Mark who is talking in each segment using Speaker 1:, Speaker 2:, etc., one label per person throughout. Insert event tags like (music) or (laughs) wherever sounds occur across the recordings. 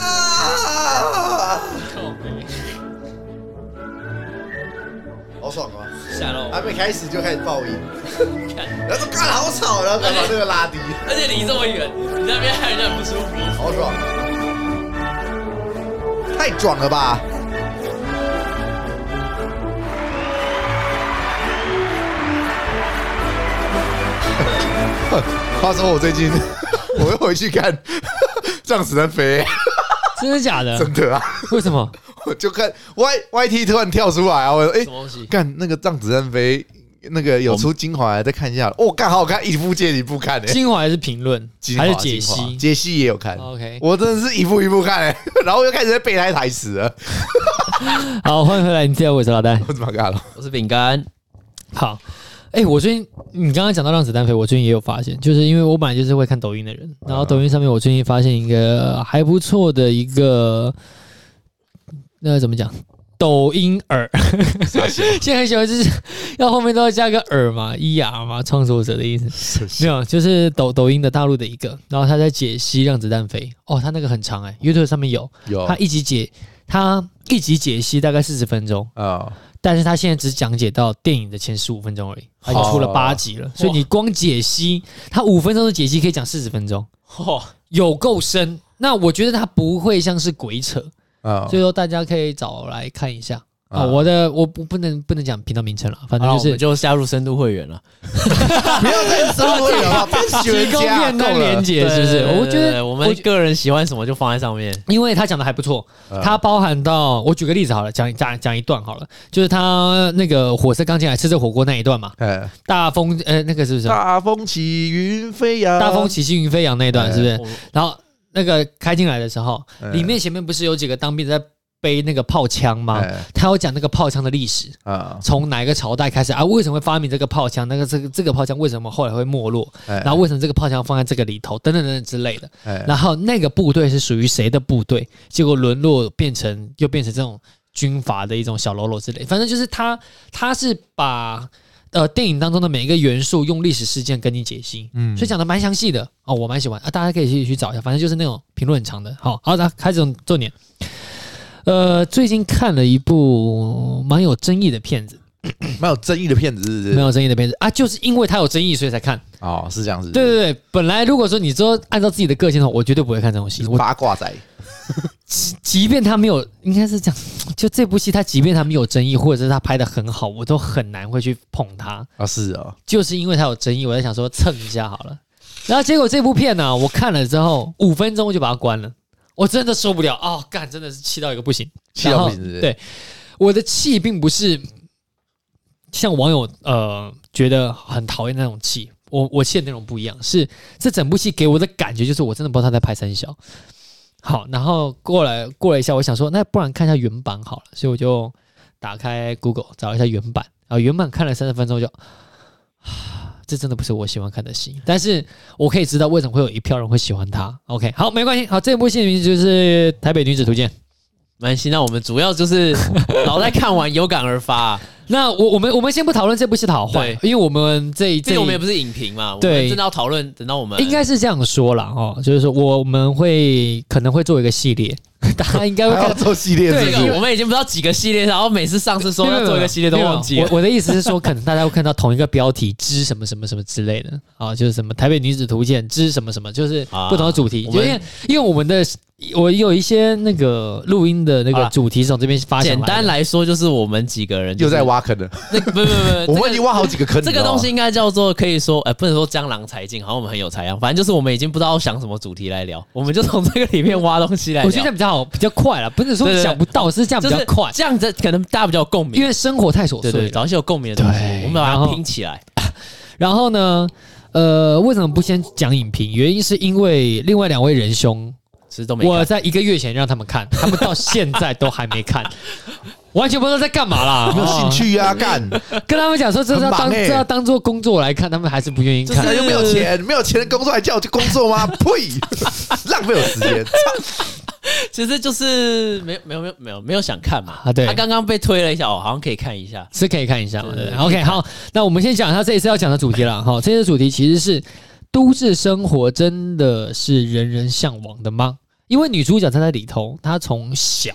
Speaker 1: 啊好爽啊！
Speaker 2: 吓到
Speaker 1: 还
Speaker 2: 我，
Speaker 1: 没开始就开始爆音， (laughs)
Speaker 2: 看，
Speaker 1: 然后说干好吵，然后赶快把那个拉低，
Speaker 2: 而且离这么远，你那边还有点不舒服。
Speaker 1: 好爽，太爽了吧！ (laughs) 话说我最近 (laughs) 我又回去看 (laughs) 撞死人肥，
Speaker 3: 真的假的？
Speaker 1: 真的啊！
Speaker 3: 为什
Speaker 1: (laughs)
Speaker 3: 么？
Speaker 1: 我就看 Y Y T 突然跳出来啊，我说哎
Speaker 2: 什，么东西？
Speaker 1: 干那个让子弹飞，那个有出精华，再看一下。哦，干好好看，一部接一部看诶、
Speaker 3: 嗯精华还是评论
Speaker 1: 精华
Speaker 3: 还是解
Speaker 1: 精华
Speaker 3: 析哦
Speaker 1: 解析也有看。
Speaker 3: ？OK，
Speaker 1: 我真的是一步一步看诶、 (laughs) 然后又开始在背那些台词了。
Speaker 3: 好，欢迎回来，你自己我是老戴。
Speaker 1: 我怎么干了？
Speaker 2: 我是饼干，
Speaker 3: 好，哎、我最近你刚刚讲到让子弹飞，我最近也有发现，就是因为我本来就是会看抖音的人，
Speaker 2: 嗯
Speaker 3: 然后抖音上面我最近发现一个还不错的一个，那怎么讲？抖音耳， (laughs) 现在很喜欢就是要后面都要加个耳嘛，E R 嘛，创作者的意思。没有，就是抖抖音的大陆的一个，然后他在解析《让子弹飞》哦，他那个很长哎、y o u t u b e 上面有，
Speaker 1: 有
Speaker 2: 哦
Speaker 3: 他
Speaker 1: 啊、
Speaker 3: 一集解他一集解析大概四十分钟，
Speaker 1: 哦
Speaker 3: 但是他现在只讲解到电影的前十五分钟而已，他已经出了八集了，所以你光解析他五分钟的解析可以讲四十分钟，
Speaker 2: 嚯、
Speaker 3: 有够深。那我觉得他不会像是鬼扯，
Speaker 2: 哦
Speaker 1: 啊！
Speaker 3: 所以说大家可以找来看一下。啊、
Speaker 1: 啊
Speaker 3: 我的我不不能不能讲频道名称了，反正
Speaker 2: 啊
Speaker 3: 就
Speaker 2: 我们
Speaker 3: 是
Speaker 2: 就加入深度会员
Speaker 3: 啊
Speaker 2: 了。
Speaker 1: 不要再 (laughs) 说了，别学
Speaker 3: 提供
Speaker 1: 家
Speaker 3: 啊片段连接，是不是？我觉
Speaker 2: 对对
Speaker 3: 得
Speaker 2: 对我们个人喜欢什么就放在上面。
Speaker 3: 因为他讲的还不错，
Speaker 2: 啊
Speaker 1: 嗯
Speaker 3: 他包含到我举个例子好了，讲讲讲一段好了，就是他那个火车刚进来吃这火锅那一段嘛，
Speaker 1: 哎，
Speaker 3: 大风呃那个是不是
Speaker 1: 大风起云飞呀，
Speaker 3: 大风起星云飞扬那一段
Speaker 1: 嗯
Speaker 3: 是不是？
Speaker 2: 我
Speaker 3: 然后那个开进来的时候，
Speaker 1: 嗯
Speaker 3: 里面前面不是有几个当兵在背那个炮枪吗？
Speaker 1: 哎
Speaker 3: 他有讲那个炮枪的历史，
Speaker 1: 啊，
Speaker 3: 从哪一个朝代开始啊？为什么会发明这个炮枪？那个这个这个炮枪为什么后来会没落？
Speaker 1: 然
Speaker 3: 然后为什么这个炮枪放在这个里头？等等等等之类的。
Speaker 1: 后
Speaker 3: 然后那个部队是属于谁的部队？结果沦落变成又变成这种军阀的一种小喽啰之类。反正就是他，他是把呃电影当中的每一个元素用历史事件跟你解析，
Speaker 1: 嗯
Speaker 3: 所以讲的蛮详细的哦，我蛮喜欢啊，大家可以去去找一下，反正就是那种评论很长的。好，好的，开始重点。呃，最近看了一部蛮有争议的片子，
Speaker 1: 蛮有争议的片子是不是
Speaker 3: 蛮有争议的片子啊，就是因为它有争议，所以才看。
Speaker 1: 哦，是这样子，
Speaker 3: 对，对对，本来如果说你说按照自己的个性的话，我绝对不会看这种戏，我
Speaker 1: 八卦仔，
Speaker 3: 即便他没有，应该是这样，就这部戏，他即便他没有争议，或者是他拍的很好，我都很难会去碰他，
Speaker 1: 啊是哦，
Speaker 3: 就是因为他有争议，我在想说蹭一下好了。然后结果这部片呢、我看了之后五分钟我就把它关了，我真的受不了哦，干，真的是气到一个不行，
Speaker 1: 气到不行是不是
Speaker 3: 然后对，我的气并不是像网友呃觉得很讨厌那种气，我我气的那种不一样，是这整部戏给我的感觉就是我真的不知道他在拍三小。好，然后过来过了一下，我想说，那不然看一下原版好了，所以我就打开 Google 找一下原版，然后原版看了三十分钟就， (sighs) 啊这真的不是我喜欢看的戏，但是我可以知道为什么会有一票人会喜欢它。OK，好，没关系，好，这部戏的名字就是《台北女子图鉴》。
Speaker 2: 蛮心，那我们主要就是
Speaker 3: (laughs)
Speaker 2: 老在看完有感而发、啊
Speaker 3: 那我我们我们先不讨论这部戏的好坏，因为我们这
Speaker 2: 这
Speaker 3: 这
Speaker 2: 个我们也不是影评嘛，我
Speaker 3: 对
Speaker 2: 们真的要讨论，等到我们
Speaker 3: 应该是这样说啦，哦，就是说我们会可能会做一个系列， (laughs) 大家应该会
Speaker 1: 还要
Speaker 3: 看。
Speaker 1: 做系列
Speaker 2: 这
Speaker 1: 是不
Speaker 2: 个
Speaker 1: 是？
Speaker 2: 我们已经不知道几个系列，然后每次上次说
Speaker 3: 没有
Speaker 2: 要做一个系列都
Speaker 3: 没有
Speaker 2: 忘记了
Speaker 3: 我。我的意思是说，可能大家会看到同一个标题“之什么什么什么”之类的啊、就是什么《台北女子图鉴》之什么什么，就是
Speaker 2: 啊
Speaker 3: 不同的主题。
Speaker 2: 我
Speaker 3: 因
Speaker 2: 们
Speaker 3: 为因为我们的我有一些那个录音的那
Speaker 2: 好
Speaker 3: 个
Speaker 2: 啦
Speaker 3: 主题是从这边发想
Speaker 2: 简
Speaker 3: 来的
Speaker 2: 单来说，就是我们几个人、
Speaker 1: 又在
Speaker 2: 玩。
Speaker 1: 挖坑了，
Speaker 2: 那不
Speaker 3: (laughs)
Speaker 2: 不不，
Speaker 1: 我
Speaker 2: 这
Speaker 1: 们
Speaker 2: 个
Speaker 1: 已经挖好几个坑了哦，
Speaker 2: 这个东西应该叫做可以说，哎、不能说江郎才尽，好像我们很有才样，反正就是我们已经不知道想什么主题来聊，我们就从这个里面挖东西来聊。
Speaker 3: 我觉得这样比较好，比较快了，不是说
Speaker 2: 对对对
Speaker 3: 想不到，是这样比
Speaker 2: 就
Speaker 3: 较
Speaker 2: 是
Speaker 3: 快，
Speaker 2: 这样子可能大家比较有共鸣，啊
Speaker 3: 因为生活太琐碎
Speaker 2: 对对，
Speaker 3: 了。
Speaker 2: 找一些有共鸣的东西
Speaker 3: 对，
Speaker 2: 我们把
Speaker 3: 然后
Speaker 2: 它拼起来。
Speaker 3: 然后呢，呃，为什么不先讲影评？原因是因为另外两位仁兄，
Speaker 2: 其实都没看
Speaker 3: 我在一个月前让他们看，他们到现在都还没看，完全不知道在干嘛啦。
Speaker 1: (laughs) 没有兴
Speaker 3: 哦，
Speaker 1: 趣啊，干，
Speaker 2: 呃
Speaker 3: 跟他们讲说这是要
Speaker 1: 很忙
Speaker 3: 当、
Speaker 1: 欸
Speaker 3: 这要当做工作来看，他们还是不愿意看。
Speaker 2: 就
Speaker 1: 那
Speaker 2: 是
Speaker 1: 又没有钱，没有钱工作还叫我去工作吗？呸， (laughs) 浪费我时
Speaker 2: (laughs)
Speaker 1: 间，
Speaker 2: 其实就是没有没有没有没有没有想看嘛。
Speaker 3: 啊对
Speaker 2: 他刚刚被推了一下，哦，好像可以看一下。
Speaker 3: 是可以看一下嘛，对
Speaker 2: 对
Speaker 3: 不对
Speaker 2: 对
Speaker 3: ？OK，好，那我们先讲一下这一次要讲的主题了。哈，这次的主题其实是都市生活真的是人人向往的吗？因为女主角她在里头，她从小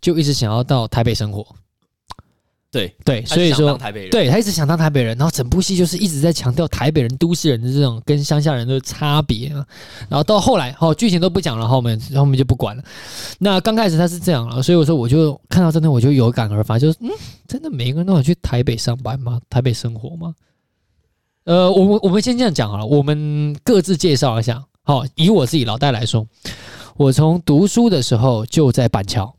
Speaker 3: 就一直想要到台北生活，
Speaker 2: 对
Speaker 3: 对，
Speaker 2: 他就
Speaker 3: 所以
Speaker 2: 想
Speaker 3: 说
Speaker 2: 当台北人，
Speaker 3: 对他一直想当台北人，然后整部戏就是一直在强调台北人、都市人的这种跟乡下人的差别啊。然后到后来，哦，剧情都不讲了，后面后面就不管了。那刚开始他是这样了，啊所以我说我就看到真的我就有感而发，就是嗯，真的每一个人都想去台北上班吗？台北生活吗？呃，我们我们先这样讲好了，我们各自介绍一下。好，以我自己老戴来说，我从读书的时候就在板桥，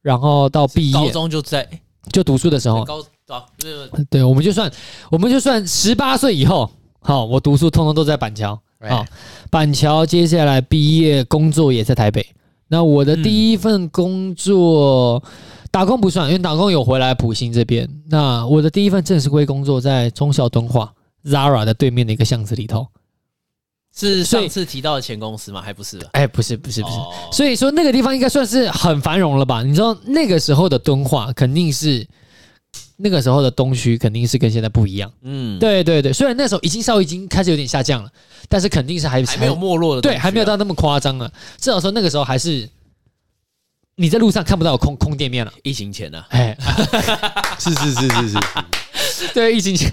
Speaker 3: 然后到毕
Speaker 2: 高
Speaker 3: 业哦
Speaker 2: 中就在诶
Speaker 3: 就读书的时候，
Speaker 2: 高啊，不是不是
Speaker 3: 对，我们就算我们就算十八岁以后，好，我读书通通都在板桥，
Speaker 2: 哎
Speaker 3: 好，板桥接下来毕业工作也在台北。那我的第一份工作、打工不算，因为打工有回来普兴这边。那我的第一份正式归工作在中小敦化 Zara 的对面的一个巷子里头。
Speaker 2: 是
Speaker 3: 所以
Speaker 2: 上次提到的前公司吗？还不是吧？
Speaker 3: 哎，不是不是不是，
Speaker 2: 哦
Speaker 3: 所以说那个地方应该算是很繁荣了吧？你知道那个时候的敦化肯定是那个时候的东区肯定是跟现在不一样。
Speaker 2: 嗯，
Speaker 3: 对对对，虽然那时候已经稍微已经开始有点下降了，但是肯定是还
Speaker 2: 还没有没落的东西啊，
Speaker 3: 对，还没有到那么夸张啊。至少说那个时候还是你在路上看不到有空空店面了。
Speaker 2: 疫情前啊呢。 (laughs)
Speaker 3: 哎，
Speaker 1: 是是是是是，
Speaker 3: 对，疫情前，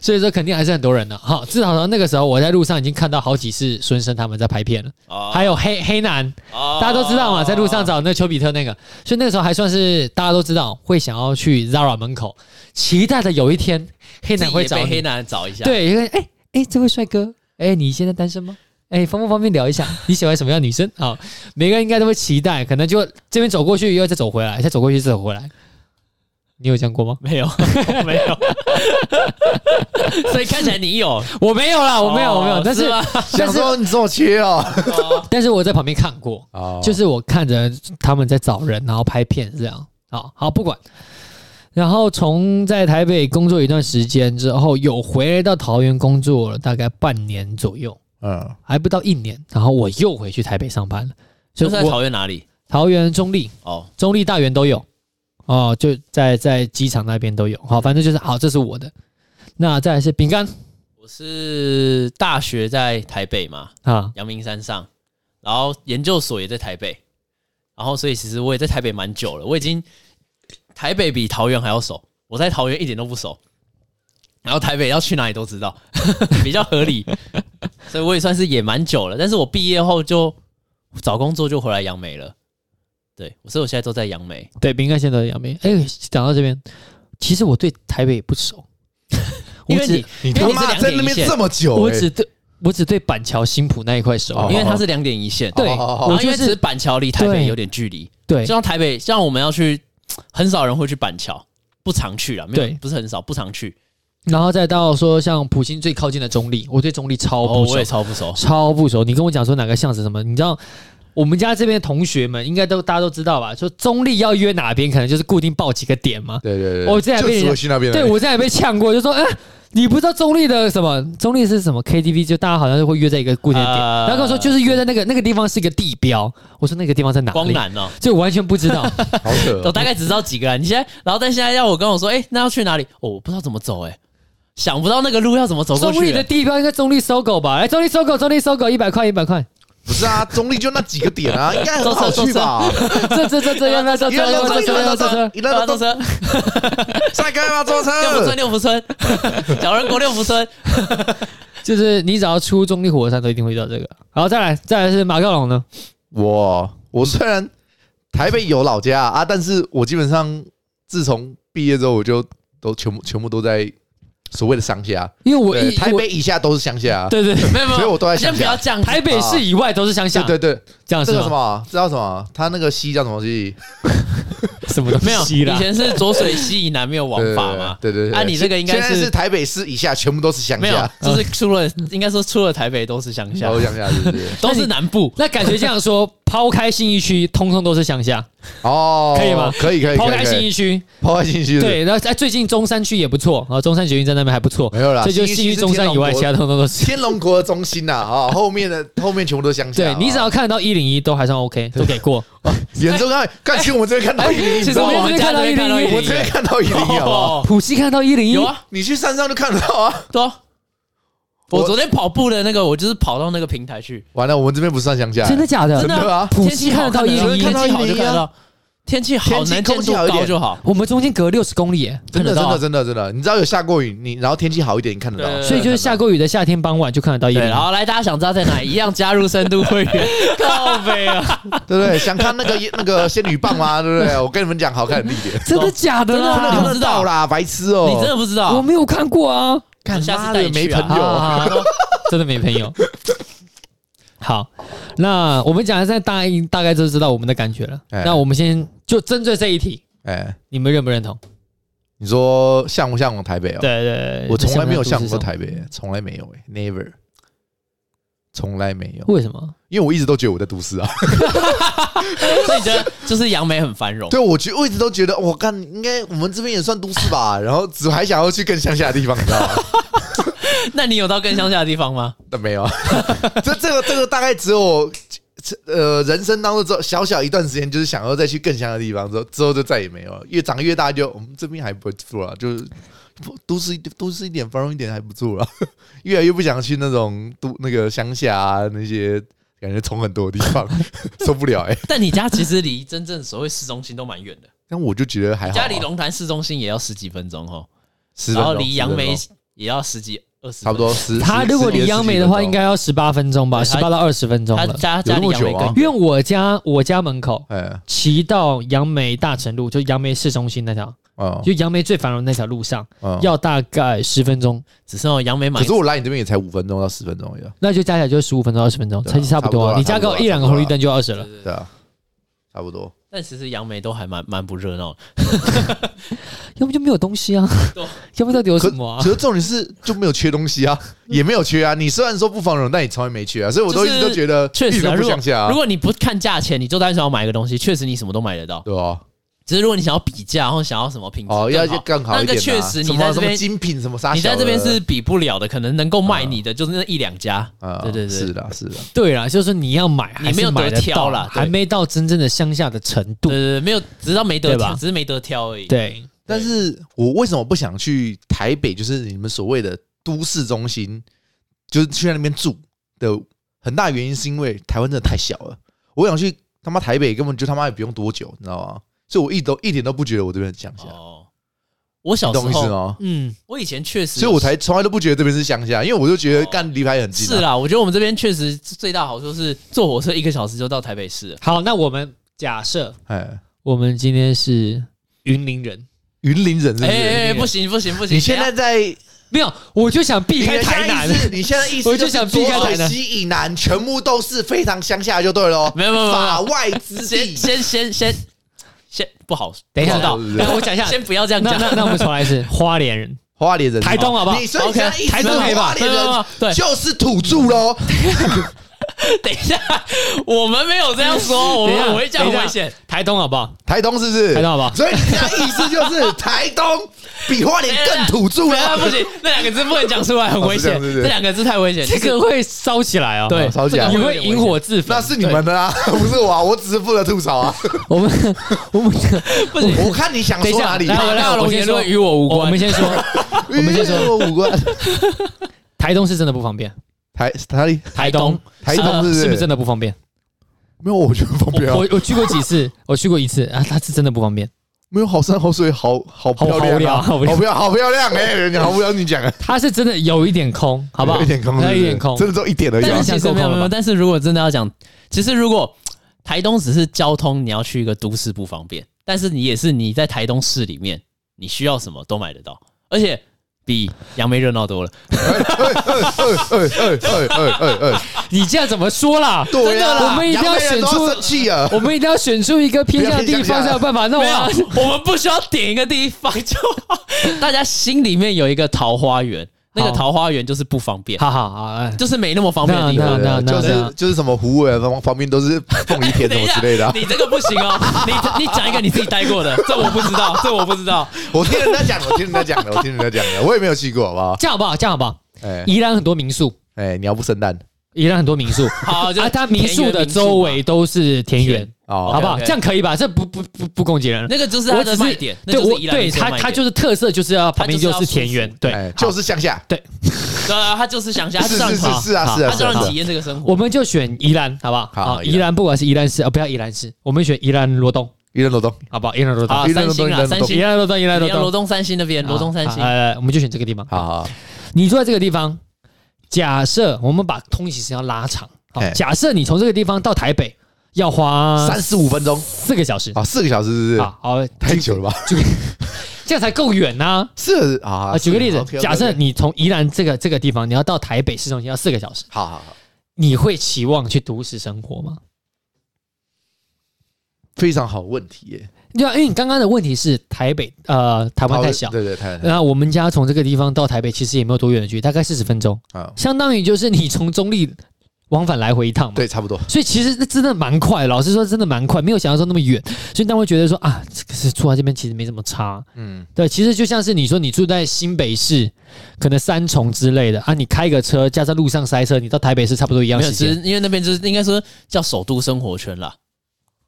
Speaker 3: 所以说肯定还是很多人的哈。至少说那个时候我在路上已经看到好几次孙生他们在拍片了，
Speaker 2: 哦
Speaker 3: 还有黑黑男，
Speaker 2: 大
Speaker 3: 大家都知道嘛，
Speaker 2: 哦
Speaker 3: 在路上找那丘比特那个，所以那个时候还算是大家都知道会想要去 Zara 门口，期待的有一天黑男会
Speaker 2: 自己
Speaker 3: 找
Speaker 2: 也被
Speaker 3: 你
Speaker 2: 黑。男找一下，，
Speaker 3: 对，因为哎哎，这位帅哥，哎，你现在单身吗？哎，方不方便聊一 (laughs) 下你喜欢什么样的女生？好，每个人应该都会期待，可能就这边走过去，又再走回来，再走过去，再走回来。你有这样过吗？ (laughs)
Speaker 2: 没有没有，所以看起来你有，
Speaker 3: 我没有啦，我没有，我没有。
Speaker 2: 哦
Speaker 3: 但是，
Speaker 2: 吗
Speaker 1: (laughs) 想说你这么切哦，
Speaker 2: 哦
Speaker 3: 但是我在旁边看过，
Speaker 1: 哦
Speaker 3: 就是我看着他们在找人，然后拍片这样。好好不管。然后从在台北工作一段时间之后，有回来到桃园工作了，大概半年左右，
Speaker 1: 嗯，
Speaker 3: 还不到一年。然后我又回去台北上班了，
Speaker 2: 就
Speaker 3: 所以
Speaker 2: 是在
Speaker 3: 我
Speaker 2: 桃园哪里？
Speaker 3: 桃园中立、
Speaker 2: 哦，
Speaker 3: 中立、大园都有，哦，就在在机场那边都有。好，反正就是好，这是我的。那再来是饼干
Speaker 2: 我是大学在台北嘛，
Speaker 3: 啊，
Speaker 2: 阳明山上，然后研究所也在台北，然后所以其实我也在台北蛮久了，我已经台北比桃园还要熟，我在桃园一点都不熟，然后台北要去哪里都知道， (laughs) 比较合理， (laughs) 所以我也算是也蛮久了。但是我毕业后就找工作就回来杨梅了，对，所以我现在都在杨梅，
Speaker 3: 对，饼干现在在杨梅。哎、讲到这边，其实我对台北也不熟，我
Speaker 2: (laughs) 因为
Speaker 3: 只
Speaker 2: 你
Speaker 1: 你
Speaker 2: 因为
Speaker 1: 他
Speaker 2: 你是
Speaker 1: 妈
Speaker 2: 两
Speaker 1: 在那
Speaker 2: 点一
Speaker 1: 边
Speaker 2: 线
Speaker 1: 这，么久，
Speaker 3: 我
Speaker 1: 哎
Speaker 3: 只对我只对板桥新浦那一块熟。
Speaker 1: 哦
Speaker 2: 因为它是两点一线，
Speaker 3: 对，
Speaker 1: 好好好
Speaker 3: 我
Speaker 2: 然后因
Speaker 3: 就
Speaker 2: 为其实
Speaker 3: 是
Speaker 2: 板桥离台
Speaker 3: 对
Speaker 2: 北有点距离，
Speaker 3: 对
Speaker 2: 就像台北，像我们要去，很少人会去板桥，不常去啊啦，没有
Speaker 3: 对，
Speaker 2: 不是很少，不常去。
Speaker 3: 然后再到说像普星最靠近的中立，我对中立超
Speaker 2: 哦，
Speaker 3: 不熟，
Speaker 2: 我也超不熟。
Speaker 3: 超不熟。你跟我讲说哪个巷子什么？你知道我们家这边的同学们应该都大家都知道吧？说中立要约哪边，可能就是固定报几个点嘛。
Speaker 1: 对对对，
Speaker 3: 我之前
Speaker 1: 就
Speaker 3: 被人
Speaker 1: 是
Speaker 3: 家
Speaker 1: 我去那边的，
Speaker 3: 对我之前也被呛过，就说哎、你不知道中立的什么？中立是什么 KTV？就大家好像就会约在一个固定的点，
Speaker 2: 呃
Speaker 3: 然后跟我说就是约在那个那个地方是一个地标。我说那个地方在哪
Speaker 2: 光
Speaker 3: 里？
Speaker 2: 南哦，
Speaker 3: 就我完全不知道。
Speaker 1: 好扯
Speaker 2: 我
Speaker 1: 哦，
Speaker 2: 大概只知道几个人。你现在，然后但现在要我跟我说，哎、那要去哪里？哦，我不知道怎么走、哎，想不到那个路要怎么走过
Speaker 3: 中立
Speaker 2: 去、
Speaker 3: 的
Speaker 2: 哎
Speaker 3: 地标应该中立搜狗吧？来，中立搜狗，中立搜狗，一百块，一百块。
Speaker 1: 不是啊，中立就那几个点啊，应该很好去吧？
Speaker 3: 这这这这要不要坐
Speaker 1: 一
Speaker 3: 车？要
Speaker 1: 辆
Speaker 3: 不
Speaker 1: 坐
Speaker 3: 要坐
Speaker 1: 车，
Speaker 3: 车？
Speaker 1: 一
Speaker 3: 要不
Speaker 1: 辆
Speaker 3: 要
Speaker 1: 坐
Speaker 3: 坐
Speaker 1: 车
Speaker 3: 车，？
Speaker 1: 一
Speaker 2: 六
Speaker 1: 辆
Speaker 2: 福
Speaker 1: 坐车， (laughs)
Speaker 2: 村，
Speaker 1: (laughs) 帅哥要坐车，
Speaker 2: 六福村，六福村，小人国六
Speaker 1: (laughs)
Speaker 2: 福村，
Speaker 3: 就是你只要出中立火车站，都一定会遇到这个。好，再来，再来是马克龙呢？
Speaker 1: 我我虽然台北有老家啊，但是我基本上自从毕业之后，我就都全部全部都在所谓的乡下，
Speaker 3: 因为我
Speaker 1: 对，
Speaker 3: 一
Speaker 1: 台，
Speaker 3: 我
Speaker 1: 北以下都是乡下啊，(laughs)
Speaker 3: 对对，对
Speaker 2: 没有没有，
Speaker 1: 所以我都在
Speaker 2: 先
Speaker 1: 乡
Speaker 2: 不
Speaker 1: 下。
Speaker 2: 要这样，
Speaker 3: 台北市以外都是乡下
Speaker 1: 对，对对，
Speaker 3: 这样
Speaker 1: 这
Speaker 3: 是
Speaker 1: 个什
Speaker 3: 吗？
Speaker 1: 么，啊知道什么？他那个西叫什么西？
Speaker 3: 什么东
Speaker 2: 没有，
Speaker 3: 西啊啦
Speaker 2: 以？前是浊水溪以南没有王法嘛，
Speaker 1: 对对对对对。
Speaker 2: 啊你这个应该
Speaker 1: 现在
Speaker 2: 是
Speaker 1: 是台北市以下全部都是乡
Speaker 2: 没有
Speaker 1: 下，，哦
Speaker 2: 就是出了，应该说出了台北都是乡下，
Speaker 1: 都是乡下是不是？
Speaker 2: 都是南部。
Speaker 3: 那感觉这样
Speaker 1: (laughs)
Speaker 3: 说，抛开信义区，通通都是乡下；
Speaker 1: 哦，
Speaker 3: (laughs) 可以吗
Speaker 1: 可以可以，
Speaker 3: 抛
Speaker 1: 可以
Speaker 3: 开
Speaker 1: 可以
Speaker 3: 信义区，
Speaker 1: 抛开信息，，
Speaker 3: 对，然后在最近中山区也不错啊，中山捷运站那边还不错，
Speaker 1: 没有啦，
Speaker 3: 这就信
Speaker 1: 信
Speaker 3: 义
Speaker 1: 义区
Speaker 3: 中山以外，
Speaker 1: 是
Speaker 3: 其他通通都是。
Speaker 1: 天龙国的中心呐啊，后面的后面全部都是乡下。
Speaker 3: 对
Speaker 1: 啊
Speaker 3: 你只要看得到一零一，都还算 OK，都给
Speaker 1: (laughs)
Speaker 3: 过。
Speaker 1: 眼中看，看去我们这边看到一零一，你
Speaker 3: 哎其
Speaker 1: 知
Speaker 3: 实
Speaker 1: 道
Speaker 3: 我
Speaker 1: 吗？
Speaker 3: 们家这边看到
Speaker 1: 我
Speaker 3: 101
Speaker 1: 这边看到一零一，好不好？
Speaker 2: 哦，
Speaker 3: 普西看到一零一，
Speaker 2: 有啊，
Speaker 1: 你去山上就看得到 (laughs) 啊！
Speaker 2: 对啊。
Speaker 1: 我
Speaker 2: 我昨天跑步的那个，我就是跑到那个平台去，
Speaker 1: 完了，我们这边不算乡下，
Speaker 3: 真的假的？
Speaker 2: 真的
Speaker 1: 真的啊
Speaker 3: 普西看得到
Speaker 2: 天气好
Speaker 3: 101
Speaker 1: 啊
Speaker 2: 天气好就看得到，天气好
Speaker 1: 天气
Speaker 2: 能见
Speaker 1: 空气
Speaker 2: 度
Speaker 1: 好一点
Speaker 2: 高就好，
Speaker 3: 我们中间隔六十公里耶，
Speaker 1: 真的
Speaker 2: 看
Speaker 1: 真
Speaker 2: 得到啊
Speaker 1: 的真的真的，你知道有下过雨，你然后天气好一点，你看得到啊
Speaker 2: 对。
Speaker 3: 所以就是下过雨的夏天傍晚就看得到夜
Speaker 2: 对，
Speaker 3: 景
Speaker 2: 然。后来大家想知道在哪，一样加入深度
Speaker 1: (laughs)
Speaker 2: 会员，靠背啊，
Speaker 1: 对不对？想看那个那个仙女棒吗？对不对？我跟你们讲，好看的地
Speaker 3: (laughs)
Speaker 1: 点，
Speaker 3: 真的假的
Speaker 2: 真的
Speaker 1: 看
Speaker 2: 真
Speaker 3: 啦？
Speaker 2: 的
Speaker 1: 得到啦，白痴哦！
Speaker 2: 你真的不知
Speaker 3: 我
Speaker 2: 道，
Speaker 3: 没有看过啊，
Speaker 1: 看
Speaker 2: 下次
Speaker 1: 妈
Speaker 2: 带你
Speaker 1: 的没
Speaker 2: 去啊
Speaker 1: 朋友，
Speaker 3: 啊，真的没朋友。好，那我们讲一下大一，大概就知道我们的感觉了。
Speaker 1: 哎
Speaker 3: 那我们先就针对这一题，
Speaker 1: 哎，
Speaker 3: 你们认不认同？
Speaker 1: 你说向不向往台北哦？
Speaker 3: 对对对，
Speaker 1: 我从来没有向
Speaker 3: 想
Speaker 1: 往过，台北，从来没有哎，never，从来没有，
Speaker 3: 为什么？
Speaker 1: 因为我一直都觉得我在都市啊。
Speaker 2: 所以你觉得就是杨梅很
Speaker 3: 哦 (laughs)
Speaker 2: 繁荣，
Speaker 1: 对，我觉我一直都觉得，我看应该我们这边也算都市吧，然后只还想要去更乡下的地方，你知道吗？
Speaker 2: 那你有到更乡下的地方吗？
Speaker 1: 那没有 (laughs) 啊，这这个这个大概只有这呃人生当中只有小小一段时间，就是想要再去更乡的地方，之后之后就再也没有了。越长越大就，我们这边还不错啊，就是都市都市一点繁荣一点还不错了， (laughs) 越来越不想去那种都那个乡下啊那些。感觉从很多地方受不了哎、
Speaker 2: 但你家其实离真正所谓市中心都蛮远的，
Speaker 1: 但我就觉得还好、啊，
Speaker 2: 家离龙潭市中心也要十几分钟哦，
Speaker 1: 十分
Speaker 2: 然
Speaker 1: 钟
Speaker 2: 后离杨梅
Speaker 1: 十分钟
Speaker 2: 也要十几二十，
Speaker 1: 差不。多十。
Speaker 3: 他
Speaker 1: 十
Speaker 3: 如果离央美的话，
Speaker 1: 十几分钟
Speaker 3: 应。该要十八分钟吧，
Speaker 2: 对
Speaker 3: 十
Speaker 2: 他
Speaker 3: 八到二十分钟
Speaker 2: 他
Speaker 3: 了。
Speaker 2: 家家离杨梅
Speaker 1: 有那么久啊
Speaker 3: 因
Speaker 2: 更
Speaker 3: 为我家我家门口
Speaker 1: 哎，
Speaker 3: 骑到杨梅大成路，就杨梅市中心那条，
Speaker 1: 嗯
Speaker 3: 就杨梅最繁荣的那条路上，
Speaker 1: 嗯
Speaker 3: 要大概十分钟，
Speaker 2: 只是哦，杨梅买
Speaker 1: 可是我来你这边也才五分钟到十分钟而已啊，
Speaker 3: 那就加起来就十五分钟到二十分钟，
Speaker 1: 对啊
Speaker 3: 才差
Speaker 1: 差
Speaker 3: 不多
Speaker 1: 不多
Speaker 3: 啊。
Speaker 1: 啊
Speaker 3: 你加
Speaker 1: 差不多
Speaker 3: 个
Speaker 1: 啊
Speaker 3: 一两个红绿灯就二十了。
Speaker 1: 对啊，差不多。
Speaker 2: 但其实杨梅都还蛮蛮不热闹的，
Speaker 3: 要不就没有东西啊
Speaker 2: 对，
Speaker 3: (laughs) 要不到底有什么啊
Speaker 1: 可？是重点是就没有缺东西啊，也没有缺啊。你虽然说不防容，但你从来没缺啊，所以我都一直都觉得
Speaker 2: 确
Speaker 1: 一
Speaker 2: 实
Speaker 1: 直
Speaker 2: 啊。
Speaker 1: 都不
Speaker 2: 如果
Speaker 1: 向下啊
Speaker 2: 如，果你不看价钱，你就单纯要买一个东西，确实你什么都买得到。
Speaker 1: 对啊，
Speaker 2: 只是如果你想要比价，然后想要什么品质更嗯好，
Speaker 1: 哦，要要更好一
Speaker 2: 那
Speaker 1: 点
Speaker 2: 个
Speaker 1: 啊。
Speaker 2: 确实
Speaker 1: 什
Speaker 2: 你
Speaker 1: 么
Speaker 2: 在这
Speaker 1: 什么
Speaker 2: 边
Speaker 1: 精品什么啥小的，
Speaker 2: 你在这边是比不了的，可能能够卖你的就是那一两家。
Speaker 1: 啊，
Speaker 2: 对对对
Speaker 1: 是的，是的，
Speaker 3: 对啦，就是你要买，还
Speaker 2: 你没有
Speaker 3: 是买
Speaker 2: 得挑
Speaker 3: 了
Speaker 2: 啦，对
Speaker 3: 还没到真正的乡下的程度
Speaker 2: 对。对对，没有，只知道没得
Speaker 3: 对吧
Speaker 2: 挑，只是没得挑而已。
Speaker 3: 对，
Speaker 1: 但是我为什么不想去台北？就是你们所谓的都市中心，就是去那边住的很大原因，是因为台湾真的太小了。我想去他妈台北，根本就他妈也不用多久，你知道吗？所以我一都一点都不觉得我这边很乡下，
Speaker 2: 哦，我小
Speaker 1: 你
Speaker 2: 时
Speaker 1: 懂我意思
Speaker 2: 候，
Speaker 1: 吗？
Speaker 3: 嗯，
Speaker 2: 我以前确实有，
Speaker 1: 所以我才从来都不觉得这边是乡下，因为我就觉得干离台很近、
Speaker 2: 哦
Speaker 1: 啊
Speaker 2: 是，啊啦。我觉得我们这边确实最大好处是坐火车一个小时就到台北市了。
Speaker 3: 好，那我们假设
Speaker 1: 哎，
Speaker 3: 我们今天是云林人，
Speaker 1: 云林人是不
Speaker 2: 哎
Speaker 1: 是？
Speaker 2: 哎，哎不行不行不行！
Speaker 1: 你现在在，
Speaker 3: 没有，我就想避
Speaker 1: 你
Speaker 3: 开
Speaker 1: 的
Speaker 3: 台
Speaker 1: 下
Speaker 3: 南
Speaker 1: 意。识，你现在意思
Speaker 3: 我就想避开台南
Speaker 1: 左西以南全部都是非常乡下，就对了哦。
Speaker 2: 没有没有没有
Speaker 1: 法外之
Speaker 2: 先
Speaker 1: 地。
Speaker 2: 先先先先不好，
Speaker 3: 等一下
Speaker 2: 不知道
Speaker 1: 是不是
Speaker 3: 那我讲一下，
Speaker 2: 先不要这样
Speaker 3: 那
Speaker 2: 讲。
Speaker 3: 那那我们重来一次，花莲人，
Speaker 1: 花莲人，哦
Speaker 3: 台东好不好
Speaker 1: 你所以你
Speaker 2: OK，
Speaker 1: 现在一直
Speaker 3: 台东可以吧
Speaker 1: 花莲
Speaker 2: 没有没有
Speaker 1: 人
Speaker 2: 没有对
Speaker 1: 就是土著喽。
Speaker 2: 等一下，我们没有这样说，
Speaker 1: (laughs)
Speaker 2: 我
Speaker 3: 等一下
Speaker 2: 们我会这样
Speaker 3: 等一下
Speaker 2: 危险。
Speaker 3: 台东好不好？
Speaker 1: 台东是不是？
Speaker 3: 台东好不好
Speaker 1: 所以你现在意思就是台东比花莲更土著
Speaker 2: 不要
Speaker 1: 了。
Speaker 3: (laughs)
Speaker 2: 不行，那两个字不能讲出来，很危
Speaker 1: 哦是这样是
Speaker 2: 险。
Speaker 1: 不是
Speaker 2: 这两个字太危险。
Speaker 3: 这个会烧起来哦。
Speaker 2: 对，
Speaker 1: 哦烧起来
Speaker 2: 这
Speaker 3: 你
Speaker 2: 个有
Speaker 3: 会
Speaker 2: 点危
Speaker 3: 引
Speaker 2: 险
Speaker 3: 火自焚。
Speaker 1: 那是你们的啊， (laughs) 不是我啊，我只是负责吐槽啊。
Speaker 3: 我们 (laughs) 我们
Speaker 2: 不行。
Speaker 1: 我看你想
Speaker 3: 等一
Speaker 1: 说
Speaker 3: 下，
Speaker 1: 哪里啊
Speaker 3: 来，我来，
Speaker 2: 那
Speaker 3: 我
Speaker 2: 我
Speaker 3: 先
Speaker 2: 先
Speaker 3: 说
Speaker 2: 说与我无关
Speaker 3: 我们先 (laughs) 说，我们先说
Speaker 1: 与我无关。
Speaker 3: 台东是真的不方便。
Speaker 1: (laughs) 台哪里？
Speaker 3: 台东，
Speaker 1: 台东
Speaker 3: 是啊
Speaker 1: 是不是
Speaker 3: 不是真的不方便？
Speaker 1: 没有，我觉得风
Speaker 3: 我
Speaker 1: 标
Speaker 3: 我我去过几 (laughs) 次，我去过一次啊，它是真的不方便。
Speaker 1: 没有好山好水，好好漂亮啊，
Speaker 3: 好
Speaker 1: 好
Speaker 3: 无聊好无聊
Speaker 1: 漂亮，好漂亮哎！人家好无聊，你讲啊，
Speaker 3: 它是真的有一点空，好不好？
Speaker 1: 有一点空是不
Speaker 3: 它
Speaker 1: 是，
Speaker 3: 有一点空
Speaker 1: 真。的只有一点而已
Speaker 2: 但
Speaker 1: 啊
Speaker 3: 你
Speaker 2: 是。其
Speaker 3: 想够
Speaker 2: 实没有
Speaker 3: 空了
Speaker 2: 没
Speaker 3: 吧
Speaker 2: 有，但是如果真的要讲，其实如果台东只是交通，你要去一个都市不方便，但是你也是你在台东市里面，你需要什么都买得到，而且比杨梅热闹多了。
Speaker 1: 哎哎哎哎哎哎，
Speaker 3: 你这样怎么说啦？
Speaker 1: 对
Speaker 2: 真的
Speaker 1: 呀，
Speaker 2: 啦
Speaker 3: 啊我们一定要
Speaker 1: 杨梅人都
Speaker 3: 选出
Speaker 1: 生气啊！
Speaker 3: (laughs) 我们一定要选出一个偏向的
Speaker 1: 不
Speaker 3: 地
Speaker 1: 要
Speaker 3: 方
Speaker 1: 偏向
Speaker 3: 才有办法弄
Speaker 2: 没有
Speaker 3: 啊。，
Speaker 2: 我们不需要点一个地方就好，大家心里面有一个桃花源，那个
Speaker 3: 好
Speaker 2: 桃花源就是不方便，
Speaker 3: (laughs) 好好好，哎
Speaker 2: 就是没那么方便的地
Speaker 3: 那
Speaker 2: 方。
Speaker 1: 对啊
Speaker 3: 那
Speaker 1: 就是
Speaker 3: 那
Speaker 1: 就是什么虎尾旁旁边都是凤梨田什
Speaker 2: 等一
Speaker 1: 么
Speaker 2: 下
Speaker 1: 之类 (laughs) 的啊，
Speaker 2: 你这个不行哦，你你讲一个你自己待过的，这我不知道，这我不知道。
Speaker 1: 我听人家讲的，我听人家讲的，我听人家讲的，我也没有去过，好不好？
Speaker 3: 这样好不好？这样好不好？
Speaker 1: 哎
Speaker 3: 宜兰很多民宿，
Speaker 1: 哎，鸟不生蛋
Speaker 3: 宜兰很多民 (laughs) 宿。
Speaker 2: 好，就
Speaker 3: 啊，
Speaker 2: 是
Speaker 3: 它民宿的周围都是田园，
Speaker 1: 哦
Speaker 3: 好不好？
Speaker 2: OK，OK
Speaker 3: 这样可以吧？这不不不不攻击人了。
Speaker 2: (laughs) 那个就是
Speaker 3: 我
Speaker 2: 它
Speaker 3: 只
Speaker 2: 的
Speaker 3: 是
Speaker 2: 卖点，那
Speaker 3: 对
Speaker 2: 就是
Speaker 3: 我
Speaker 2: 宜兰
Speaker 3: 对
Speaker 2: 民宿的
Speaker 3: 它
Speaker 2: 卖
Speaker 3: 它
Speaker 2: 点
Speaker 3: 就是特色，就是要旁边就是田园，
Speaker 2: 它
Speaker 3: 对
Speaker 1: 哎，，就
Speaker 3: 好
Speaker 1: 是乡下，
Speaker 2: 对啊，他就是想家，他
Speaker 1: 是
Speaker 2: 就是让
Speaker 1: 是
Speaker 2: 你
Speaker 1: 是是啊
Speaker 3: 好
Speaker 1: 是啊
Speaker 2: 他
Speaker 1: 是
Speaker 2: 就
Speaker 1: 啊
Speaker 2: 让你
Speaker 1: 是
Speaker 2: 体
Speaker 1: 啊，
Speaker 2: 验这个生活。
Speaker 3: 我们就选宜兰，好不好？
Speaker 1: 好
Speaker 3: 啊
Speaker 1: 宜
Speaker 3: 宜
Speaker 1: 兰
Speaker 3: 兰不管是宜兰市，哦，不要宜兰市，我们选宜兰罗东，
Speaker 1: 一人罗东，
Speaker 3: 好不好？一人罗东，
Speaker 2: 好，
Speaker 1: 一
Speaker 2: 三
Speaker 1: 人
Speaker 2: 星
Speaker 1: 罗
Speaker 2: 啊，
Speaker 1: 东
Speaker 2: 三
Speaker 3: 一
Speaker 2: 星，
Speaker 3: 人罗东，啊哎一人罗
Speaker 2: 你要罗
Speaker 3: 东，
Speaker 2: 东三星那边，罗东三
Speaker 3: 好
Speaker 2: 星
Speaker 3: 好，来来，我们就选这个地方。
Speaker 1: 好好，
Speaker 3: 你住在这个地方，假设我们把通勤时间要拉长，好
Speaker 1: 哎，
Speaker 3: 假设你从这个地方到台北要花
Speaker 1: 三十五分钟，
Speaker 3: 四个小时，
Speaker 1: 啊，四个小时是不是？
Speaker 3: 好好，
Speaker 1: 太久了吧？
Speaker 3: 这样才够远呐。
Speaker 1: 是啊
Speaker 3: 啊，举个例子，
Speaker 1: ，OK，OK，OK
Speaker 3: 假设你从宜兰这个这个地方，你要到台北市中心要四个小时，
Speaker 1: 好好好，
Speaker 3: 你会期望去都市生活吗？
Speaker 1: 非常好问题耶，
Speaker 3: 对啊，因为你刚刚的问题是台北呃台湾太小，
Speaker 1: 对对，台湾太
Speaker 3: 那我们家从这个地方到台北其实也没有多远的距离，大概四十分钟，
Speaker 1: 小啊，
Speaker 3: 相当于就是你从中立往返来回一趟嘛。
Speaker 1: 对，差不多，
Speaker 3: 所以其实那真的蛮快，老实说真的蛮快，没有想象中那么远。所以大家会觉得说啊，这个是住在这边其实没什么差。
Speaker 1: 嗯，
Speaker 3: 对，其实就像是你说你住在新北市，可能三重之类的啊，你开个车加上路上塞车，你到台北市差不多一样
Speaker 2: 没有，
Speaker 3: 时
Speaker 2: 其
Speaker 3: 间。
Speaker 2: 实因为那边就是应该说叫首都生活圈啦。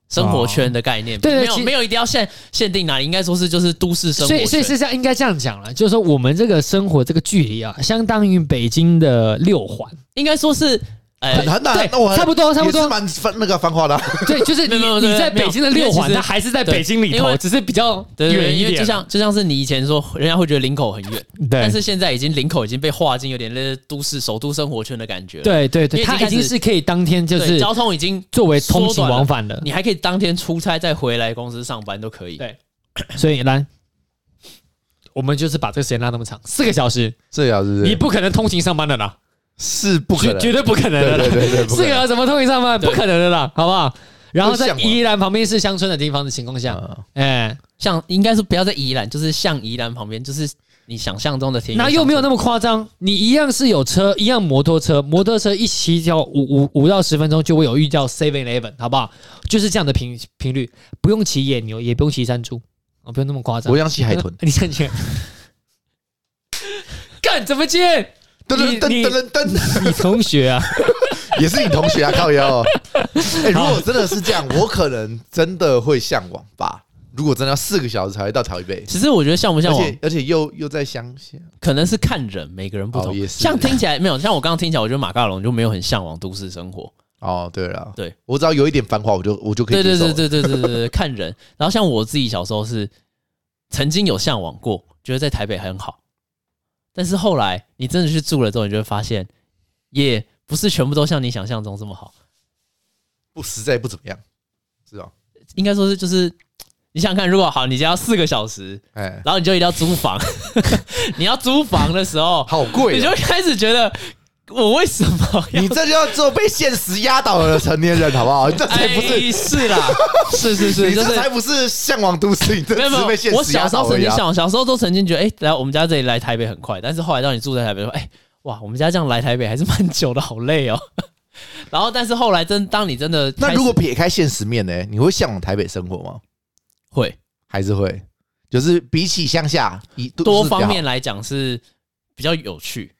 Speaker 2: 生活圈的概念，
Speaker 3: 对哦对
Speaker 2: 没有
Speaker 3: 其
Speaker 2: 没有一定要限限定哪里，应该说是就是都市生活
Speaker 3: 所以，
Speaker 2: 圈。
Speaker 3: 所以是这样，应该这样讲了，就是说我们这个生活这个距离啊，相当于北京的六环，
Speaker 2: 应该说是，呃
Speaker 1: 很，很难，啊那我
Speaker 3: 哎对，差不多，差不
Speaker 1: 也是
Speaker 3: 多，
Speaker 1: 蛮繁那个繁华的啊，
Speaker 3: 对，就是你
Speaker 2: 没有没有
Speaker 3: 你在
Speaker 2: 没有
Speaker 3: 北京的
Speaker 2: 因为
Speaker 3: 六环，
Speaker 2: 其实
Speaker 3: 它还是在
Speaker 2: 对
Speaker 3: 北京里
Speaker 2: 因
Speaker 3: 头，
Speaker 2: 为
Speaker 3: 只是比较
Speaker 2: 对对对，
Speaker 3: 远一
Speaker 2: 因为就
Speaker 3: 点。啊哎
Speaker 2: 像就像是你以前说，人家会觉得林口很远，
Speaker 3: 对
Speaker 2: 但是现在已经林口已经被划进有点类似都市首都生活圈的感觉了。
Speaker 3: 对对
Speaker 2: 因为
Speaker 3: 对，
Speaker 2: 一
Speaker 3: 它
Speaker 2: 开
Speaker 3: 已经
Speaker 2: 始
Speaker 3: 是可以当天就
Speaker 2: 对，
Speaker 3: 是
Speaker 2: 交通已经，
Speaker 3: 作为通
Speaker 2: 缩
Speaker 3: 勤
Speaker 2: 短了
Speaker 3: 往返的。
Speaker 2: 你还可以当天出差再回来公司上班都可以。
Speaker 3: 对所以来，我们就是把这个时间拉那么长，四个小时，
Speaker 1: 这小时
Speaker 3: 你不可能通勤上班的啦，
Speaker 1: 是不可
Speaker 3: 绝
Speaker 1: 能，
Speaker 3: 绝对不可能
Speaker 1: 对
Speaker 3: 的
Speaker 1: 对
Speaker 3: (laughs) 啦，
Speaker 1: 对对，不可
Speaker 3: 四
Speaker 1: 能
Speaker 3: 个小
Speaker 2: 啊
Speaker 3: 时怎么通勤上班？
Speaker 2: 对
Speaker 3: 不可能的啦，好不好？然后在
Speaker 1: 会向往
Speaker 3: 宜兰旁边是乡村的地方的情况下，
Speaker 1: 啊
Speaker 3: 哎，
Speaker 2: 像应该是不要在宜兰，就是像宜兰旁边，就是你想象中的田园。
Speaker 3: 那又没有那么夸张，你一样是有车，一样摩托车，摩托车一骑要五五五到十分钟就会有遇到 Seven Eleven，好不好？就是这样的频频率，不用骑野牛，也不用骑山猪，哦，不用那么夸张
Speaker 1: 我。想起海豚，
Speaker 3: (laughs) 你看你看，干怎么接？
Speaker 1: 噔噔
Speaker 3: 你
Speaker 1: 噔噔噔噔，
Speaker 3: 你同学
Speaker 2: (laughs)
Speaker 3: 啊？
Speaker 1: 也是你同学啊，靠腰哦。哎，如果真的是这样，我可能真的会向往吧。如果真的要四个小时才会到台北，
Speaker 2: 其实我觉得像不
Speaker 1: 而
Speaker 2: 像我，
Speaker 1: 且而且又又在乡下，
Speaker 2: 可能是看人，每个人不同。
Speaker 1: 哦也是
Speaker 2: 像听起来没有，像我刚刚听起来，我觉得马卡龙就没有很向往都市生活。
Speaker 1: 哦，对了，
Speaker 2: 对，
Speaker 1: 我只要有一点繁华，我就我就可以
Speaker 2: 对
Speaker 1: 接
Speaker 2: 对
Speaker 1: 受
Speaker 2: 对
Speaker 1: 了。
Speaker 2: 对对对对对，看人。然后像我自己小时候是曾经有向往过，觉得在台北很好，但是后来你真的去住了之后，你就会发现，也不是全部都像你想象中这么好。
Speaker 1: 不实在不怎么样，是哦，
Speaker 2: 应该说是就是，你想想看，如果好，你只要四个小时，
Speaker 1: 哎，
Speaker 2: 然后你就一定要租 (laughs) 房，你要租房的时候，
Speaker 1: 好贵
Speaker 2: 你就
Speaker 1: 哦。
Speaker 2: 会开始觉得我为什么 (laughs) 要
Speaker 1: 你这就叫做被现实压倒了的成年人，好不好？这才不是，
Speaker 2: 哎是啦， (laughs) 是是是，
Speaker 1: 你
Speaker 2: 就
Speaker 1: 这
Speaker 2: 是
Speaker 1: 才不是向往都市，你这
Speaker 2: 没有
Speaker 1: 只
Speaker 2: 没
Speaker 1: 是被现
Speaker 2: 有，我
Speaker 1: 实压
Speaker 2: 小时
Speaker 1: 倒
Speaker 2: 候
Speaker 1: 而
Speaker 2: 曾
Speaker 1: 已
Speaker 2: 经
Speaker 1: 啊。
Speaker 2: 想，小时候都曾经觉得，哎、来我们家这里来台北很快，但是后来到你住在台北说，哎、哇，我们家这样来台北还是蛮久的，好累哦。 (laughs) 然后，但是后来真当你真的开
Speaker 1: 那
Speaker 2: 始
Speaker 1: 如果撇开现实面呢？你会向往台北生活吗？
Speaker 2: 会
Speaker 1: 还是会？就是比起乡下，一都
Speaker 2: 多
Speaker 1: 是比较
Speaker 2: 方
Speaker 1: 好
Speaker 2: 面来讲是比较有趣，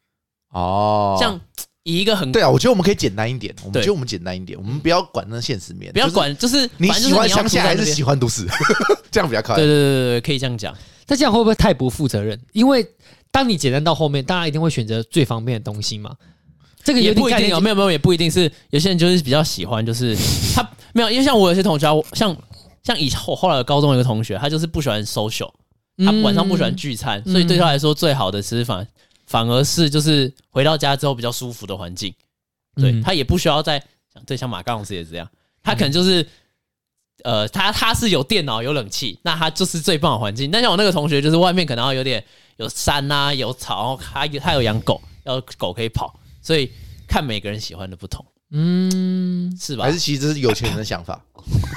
Speaker 1: 哦。
Speaker 2: 像以一个很
Speaker 1: 对啊，我觉得我们可以简单一点，我们
Speaker 2: 对
Speaker 1: 觉得我们简单一点，我们不要管那现实面，
Speaker 2: 不要
Speaker 1: 就是
Speaker 2: 管，就是
Speaker 1: 你
Speaker 2: 反正就是
Speaker 1: 喜欢
Speaker 2: 要
Speaker 1: 乡下
Speaker 2: 住在
Speaker 1: 还
Speaker 2: 那
Speaker 1: 是
Speaker 2: 边
Speaker 1: 喜欢都市， (laughs) 这样比较快
Speaker 2: 对。对对对对，可以这样讲。
Speaker 3: 那这样会不会太不负责任？因为当你简单到后面，大家一定会选择最方便的东西嘛。这个
Speaker 2: 也
Speaker 3: 有点
Speaker 2: 不一
Speaker 3: 概
Speaker 2: 定啊
Speaker 3: 念
Speaker 2: 有，没有没有，也不一定是有些人就是比较喜欢，就是他没有，因为像我有些同学啊，我像像以后后来的高中有个同学，他就是不喜欢 social，他
Speaker 3: 嗯
Speaker 2: 啊晚上不喜欢聚餐，所以对他来说最好的其实反反而是就是回到家之后比较舒服的环境，对、
Speaker 3: 嗯
Speaker 2: 他也不需要再对像马刚老师也是这样，他可能就是。呃，他他是有电脑有冷气，那他就是最棒的环境。但像我那个同学，就是外面可能要有点有山啊，有草，然后他他有养狗，要狗可以跑，所以看每个人喜欢的不同，
Speaker 3: 嗯，
Speaker 2: 是吧？
Speaker 1: 还是其实这是有钱人的想法，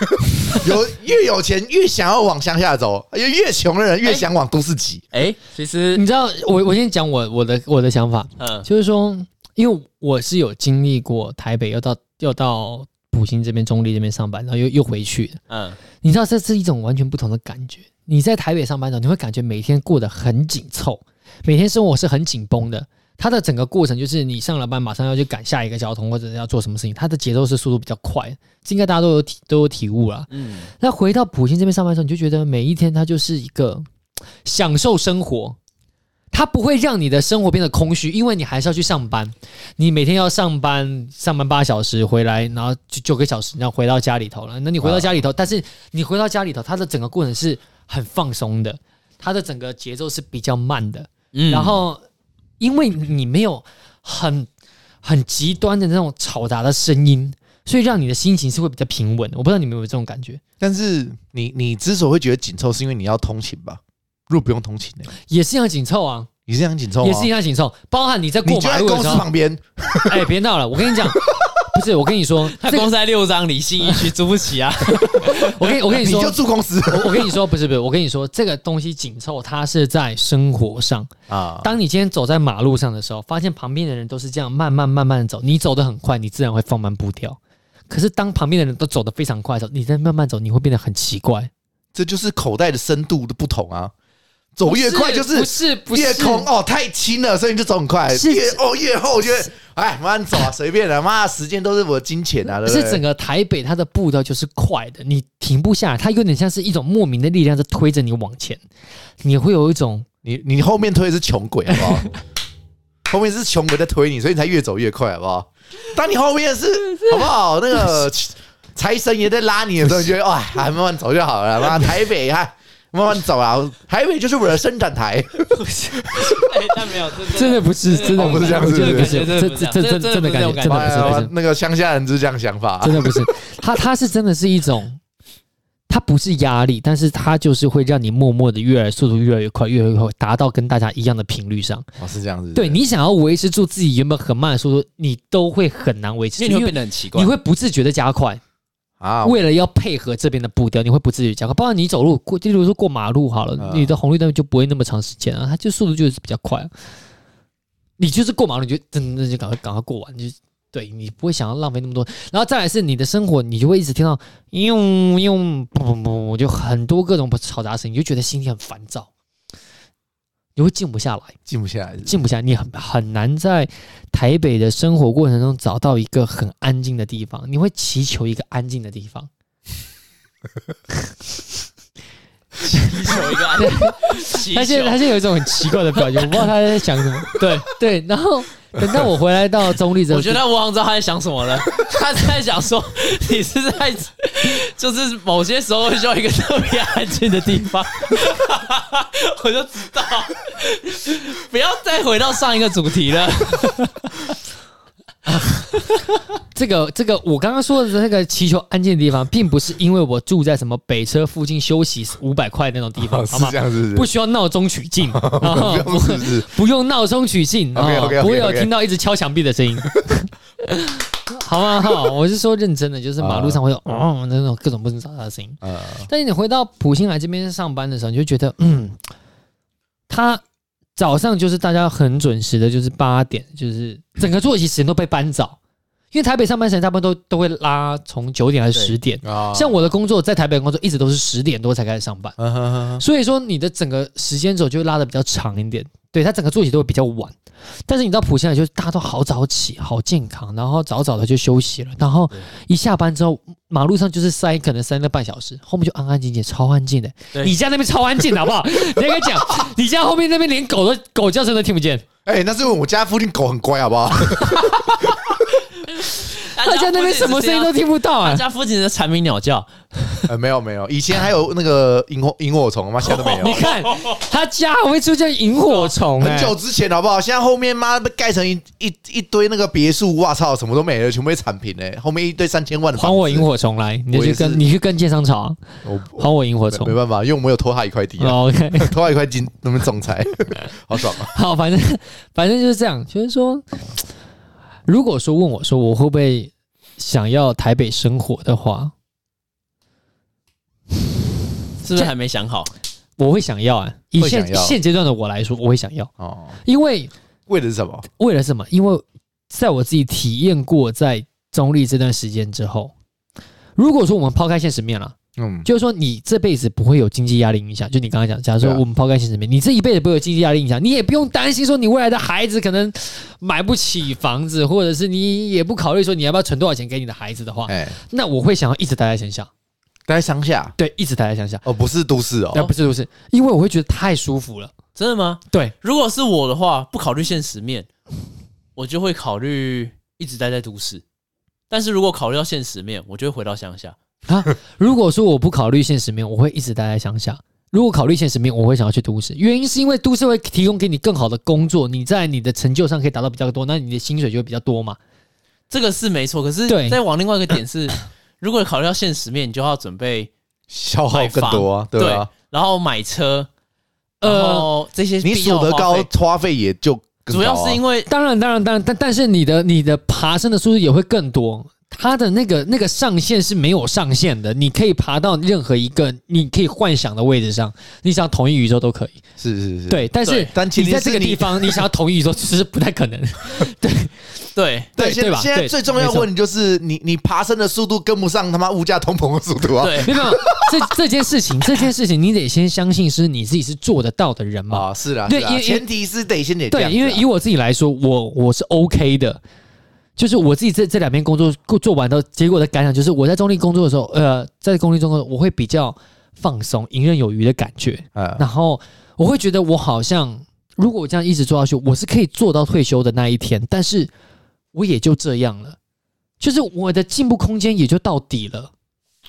Speaker 1: (laughs) 有越有钱越想要往乡下走，越越穷的人越想往都市挤。
Speaker 2: 哎、其实
Speaker 3: 你知道我我先讲我我的我的想法，
Speaker 2: 嗯
Speaker 3: 就是说，因为我是有经历过台北，要到要到普京这边、中立这边上班，然后又又回去的。
Speaker 2: 嗯，
Speaker 3: 你知道，这是一种完全不同的感觉。你在台北上班的时候，你会感觉每天过得很紧凑，每天生活是很紧绷的。它的整个过程就是你上了班，马上要去赶下一个交通，或者是要做什么事情，它的节奏是速度比较快，这应该大家都有体都有体悟啊啦。
Speaker 2: 嗯，
Speaker 3: 那回到普京这边上班的时候，你就觉得每一天它就是一个享受生活，它不会让你的生活变得空虚，因为你还是要去上班，你每天要上班，上班八小时回来，然后就九个小时，然后回到家里头了。那你回到家里头，但是你回到家里头，它的整个过程是很放松的，它的整个节奏是比较慢的。
Speaker 2: 嗯
Speaker 3: 然后因为你没有很很极端的那种吵杂的声音，所以让你的心情是会比较平稳的。我不知道你们有没有这种感觉，
Speaker 1: 但是你你之所以会觉得紧凑，是因为你要通勤吧？如果不用通勤呢、
Speaker 3: 也是一样紧凑啊，
Speaker 1: 你是想紧凑吗？
Speaker 3: 也是一样紧凑，包含你在
Speaker 1: 你
Speaker 3: 过
Speaker 1: 就
Speaker 3: 马
Speaker 1: 在
Speaker 3: 路
Speaker 1: 公
Speaker 3: 的时
Speaker 1: 司
Speaker 3: 候，
Speaker 1: 旁边，
Speaker 3: 哎，别闹了，我跟你讲，
Speaker 1: (laughs)
Speaker 3: 不是，我跟你说，
Speaker 2: 他
Speaker 3: 这个
Speaker 2: 公司在六张，离信义区租不起啊。
Speaker 3: 我跟我跟你
Speaker 1: 你
Speaker 3: 说
Speaker 1: 就，住公司
Speaker 3: 我我跟你说，不是不是，我跟你说，这个东西紧凑，它是在生活上。
Speaker 1: 啊。
Speaker 3: 当你今天走在马路上的时候，发现旁边的人都是这样慢慢慢慢地走，你走得很快，你自然会放慢步调。可是当旁边的人都走得非常快的时候，你在慢慢走，你会变得很奇怪。
Speaker 1: 这就是口袋的深度的不同啊。走越快就
Speaker 3: 不
Speaker 1: 是
Speaker 3: 是不是
Speaker 1: 越空哦，太轻了，所以你就走很快。
Speaker 3: 是
Speaker 1: 越哦越厚，觉得哎，慢慢走啊，随便的、妈，时间都是我的金钱啊，对不对？
Speaker 3: 是整个台北它的步调就是快的，你停不下来，它有点像是一种莫名的力量在推着你往前，你会有一种
Speaker 1: 你你后面推的是穷鬼，好不好？ (laughs) 后面是穷鬼在推你，所以你才越走越快，好不好？当你后面是好不好？那个财神爷在拉你的时候，你觉得哇，还慢慢走就好了。妈，台北还慢慢走啊，台北就是我的伸展台。
Speaker 2: 哎但没有，
Speaker 3: 真的不是真的
Speaker 1: 哦不是这样
Speaker 3: 我觉得
Speaker 1: 是不是
Speaker 3: 不是，
Speaker 2: 真的不是
Speaker 3: 这这这
Speaker 2: 真的
Speaker 3: 真的
Speaker 2: 不是哎
Speaker 3: 感
Speaker 2: 这种
Speaker 3: 觉真的不
Speaker 1: 哎
Speaker 3: 是
Speaker 1: 呀
Speaker 3: 不是
Speaker 1: 那个乡下人就是这样想法、
Speaker 3: 真的不是，它它是真的是一种，它不是压力，但是它就是会让你默默的越来速度越来越快，越来越快，达到跟大家一样的频率上。
Speaker 1: 哦，是这样子。
Speaker 3: 对你想要维持住自己原本很慢的速度，你都会很难维持
Speaker 2: 因为
Speaker 3: 住，
Speaker 2: 你会
Speaker 3: 因为
Speaker 2: 变得很奇怪
Speaker 3: 你。会不自觉的加快，
Speaker 1: 啊，
Speaker 3: 为了要配合这边的步调，你会不自觉地加快。包括你走路过，例如说过马路好了，
Speaker 1: 嗯
Speaker 3: 你的红绿灯就不会那么长时间啊，它就速度就是比较快、你就是过马路，你就真的就赶快赶快过完，你就对你不会想要浪费那么多。然后再来是你的生活，你就会一直听到用用不不不，就很多各种嘈杂声，你就觉得心里很烦躁，你会静不下来。
Speaker 1: 静不下来是不是
Speaker 3: 静不下来，你很很难在台北的生活过程中找到一个很安静的地方，你会祈求一个安静的地方。
Speaker 2: 你手一个按钮，
Speaker 3: 他
Speaker 2: (laughs) 他
Speaker 3: 现在他现在有一种很奇怪的表情，我不知道他在想什
Speaker 2: (laughs)
Speaker 3: 么。对对，然后等到我回来到中立之后，
Speaker 2: 我觉得我好像知道他在想什么了， (laughs) 他在想说你是 (laughs) 在，就是某些时候需要一个特别安静的地方， (laughs) 我就知道，不要再回到上一个主题了。
Speaker 3: (laughs) 这个这个我刚刚说的那个祈求安静的地方，并不是因为我住在什么北车附近休息五百块那种地方，
Speaker 1: 哦
Speaker 3: 好
Speaker 1: 是
Speaker 3: 吗
Speaker 1: 这？样子，
Speaker 3: 不需要闹钟取
Speaker 2: (laughs)
Speaker 3: 静，然后
Speaker 1: (laughs) 不用是不
Speaker 3: (laughs)
Speaker 1: 是？
Speaker 3: 不用闹钟取信，
Speaker 1: OK，
Speaker 3: 哦
Speaker 1: OK，OK，OK
Speaker 3: 不会有听到一直敲墙壁
Speaker 1: (laughs)
Speaker 3: 的声音。好吗？好，啊我是说认真的，就是马路上会有
Speaker 1: 啊
Speaker 3: 哦那种各种不同杂杂的声音。
Speaker 1: 呃，
Speaker 3: 但是你回到普星来这边上班的时候，你就觉得，嗯，他早上就是大家很准时的，就是八点，就是整个作息时间都被搬早，因为台北上班时间大部分都都会拉从九点还是十点。
Speaker 1: 啊
Speaker 3: 像我的工作在台北的工作一直都是十点多才开始上班。
Speaker 1: 嗯哼哼
Speaker 3: 所以说你的整个时间轴就会拉的比较长一点，对它整个作息都会比较晚。但是你到普现在就是大家都好早起，好健康，然后早早的就休息了，然后一下班之后，马路上就是塞，可能塞那半小时，后面就安安静静，超安静的。
Speaker 2: 对
Speaker 3: 你家那边超安静的好不好？你跟我讲，你家后面那边连狗都狗叫声都听不见，
Speaker 1: (laughs) 哎，那是因为我家附近狗很乖，好不
Speaker 3: (laughs)
Speaker 1: 好？
Speaker 3: 大家那边什么声音都听不到
Speaker 2: 大
Speaker 3: 啊！
Speaker 2: 家附近的蝉鸣鸟叫，
Speaker 1: 呃，没有没有，以前还有那个萤火萤火虫，妈现在都没
Speaker 3: 你
Speaker 1: 有。
Speaker 3: 看他家还会出现萤火虫、
Speaker 1: 很
Speaker 3: 欸，
Speaker 1: 久之前好不好？现在后面妈被盖成一一一堆那个别墅，哇操，什么都没了，全部被铲平嘞。后面一堆三千万的房
Speaker 3: 还
Speaker 1: 子，
Speaker 3: 我萤火虫来，你就
Speaker 1: 我也
Speaker 3: 去
Speaker 1: 是
Speaker 3: 跟你去跟建商吵啊，
Speaker 1: 我，我
Speaker 3: 还我萤火虫
Speaker 1: 没。办法，因为我们有偷他一块地啊，
Speaker 3: 哦 OK，
Speaker 1: (laughs) 偷他一块金，那边仲裁， (laughs) 好爽啊！
Speaker 3: 好，反正 (laughs) 反正就是这样，就是说，如果说问我说我会不会想要台北生活的话，
Speaker 2: 是不是还没想好？
Speaker 3: 我会想要啊。以
Speaker 1: 会
Speaker 3: 现
Speaker 1: 想要
Speaker 3: 现阶段的我来说，我会想要，
Speaker 1: 哦，
Speaker 3: 因为
Speaker 1: 为的是什么？
Speaker 3: 为了什么？因为在我自己体验过在中立这段时间之后，如果说我们抛开现实面了，
Speaker 1: 嗯，
Speaker 3: 就是说你这辈子不会有经济压力影响。就你刚刚讲，假如
Speaker 1: 对
Speaker 3: 说
Speaker 1: 啊
Speaker 3: 我们抛开现实面，你这一辈子不会有经济压力影响，你也不用担心说你未来的孩子可能买不起房子，或者是你也不考虑说你要不要存多少钱给你的孩子的话，
Speaker 1: 哎，
Speaker 3: 那我会想要一直待在乡下，
Speaker 1: 待在乡下
Speaker 3: 对，一直待在乡下。
Speaker 1: 哦，不是都市
Speaker 3: 那
Speaker 1: 哦，
Speaker 3: 不是不是，因为我会觉得太舒服了。
Speaker 2: 真的吗？
Speaker 3: 对，
Speaker 2: 如果是我的话，不考虑现实面，我就会考虑一直待在都市。但是如果考虑到现实面，我就会回到乡下。
Speaker 3: 如果说我不考虑现实面，我会一直待在乡下；如果考虑现实面，我会想要去都市。原因是因为都市会提供给你更好的工作，你在你的成就上可以达到比较多，那你的薪水就会比较多嘛。
Speaker 2: 这个是没错，可是
Speaker 3: 对
Speaker 2: 再往另外一个点 (coughs) 是，如果考虑到现实面，你就要准备，
Speaker 1: 消耗更多啊，
Speaker 2: 对
Speaker 1: 对吧？
Speaker 2: 然后买车，
Speaker 3: 呃
Speaker 2: 然后这些
Speaker 1: 你
Speaker 2: 必要
Speaker 1: 数得
Speaker 2: 的花
Speaker 1: 高
Speaker 2: 费，，
Speaker 1: 花费也就更
Speaker 2: 主要
Speaker 1: 高啊
Speaker 2: 是因为
Speaker 3: 当然，当然，当然，但但是你的你的爬升的速度也会更多。它的那个那个上限是没有上限的，你可以爬到任何一个你可以幻想的位置上，你想要同一宇宙都可以。
Speaker 1: 是是是，
Speaker 3: 对，但是
Speaker 2: 对
Speaker 1: 但其
Speaker 3: 你
Speaker 1: 实
Speaker 3: 在这个
Speaker 1: 是你 (laughs)
Speaker 3: 地方，你想要同一宇宙，其实不太可能。
Speaker 2: 对
Speaker 3: 对
Speaker 1: 现
Speaker 3: 对吧
Speaker 1: 现在
Speaker 3: 对
Speaker 1: 最重要
Speaker 3: 没
Speaker 1: 的
Speaker 3: 错
Speaker 1: 问题就是你你爬升的速度跟不上他妈物价通膨的速度啊！
Speaker 2: 对
Speaker 3: 没有，没有这这件事情，这件事情你得先相信是你自己是做得到的人嘛。
Speaker 1: 啊，是啦，
Speaker 3: 对
Speaker 1: 是啦
Speaker 3: 因为
Speaker 1: 前提是得先得这样
Speaker 3: 对，
Speaker 1: 子啊
Speaker 3: 因为以我自己来说，我我是 OK 的，就是我自己这这两边工作过做完的结果的感想，就是我在中立工作的时候，呃，在公立中工作我会比较放松、游刃有余的感觉，
Speaker 1: 嗯
Speaker 3: 然后我会觉得我好像如果我这样一直做下去，我是可以做到退休的那一天，但是我也就这样了，就是我的进步空间也就到底了，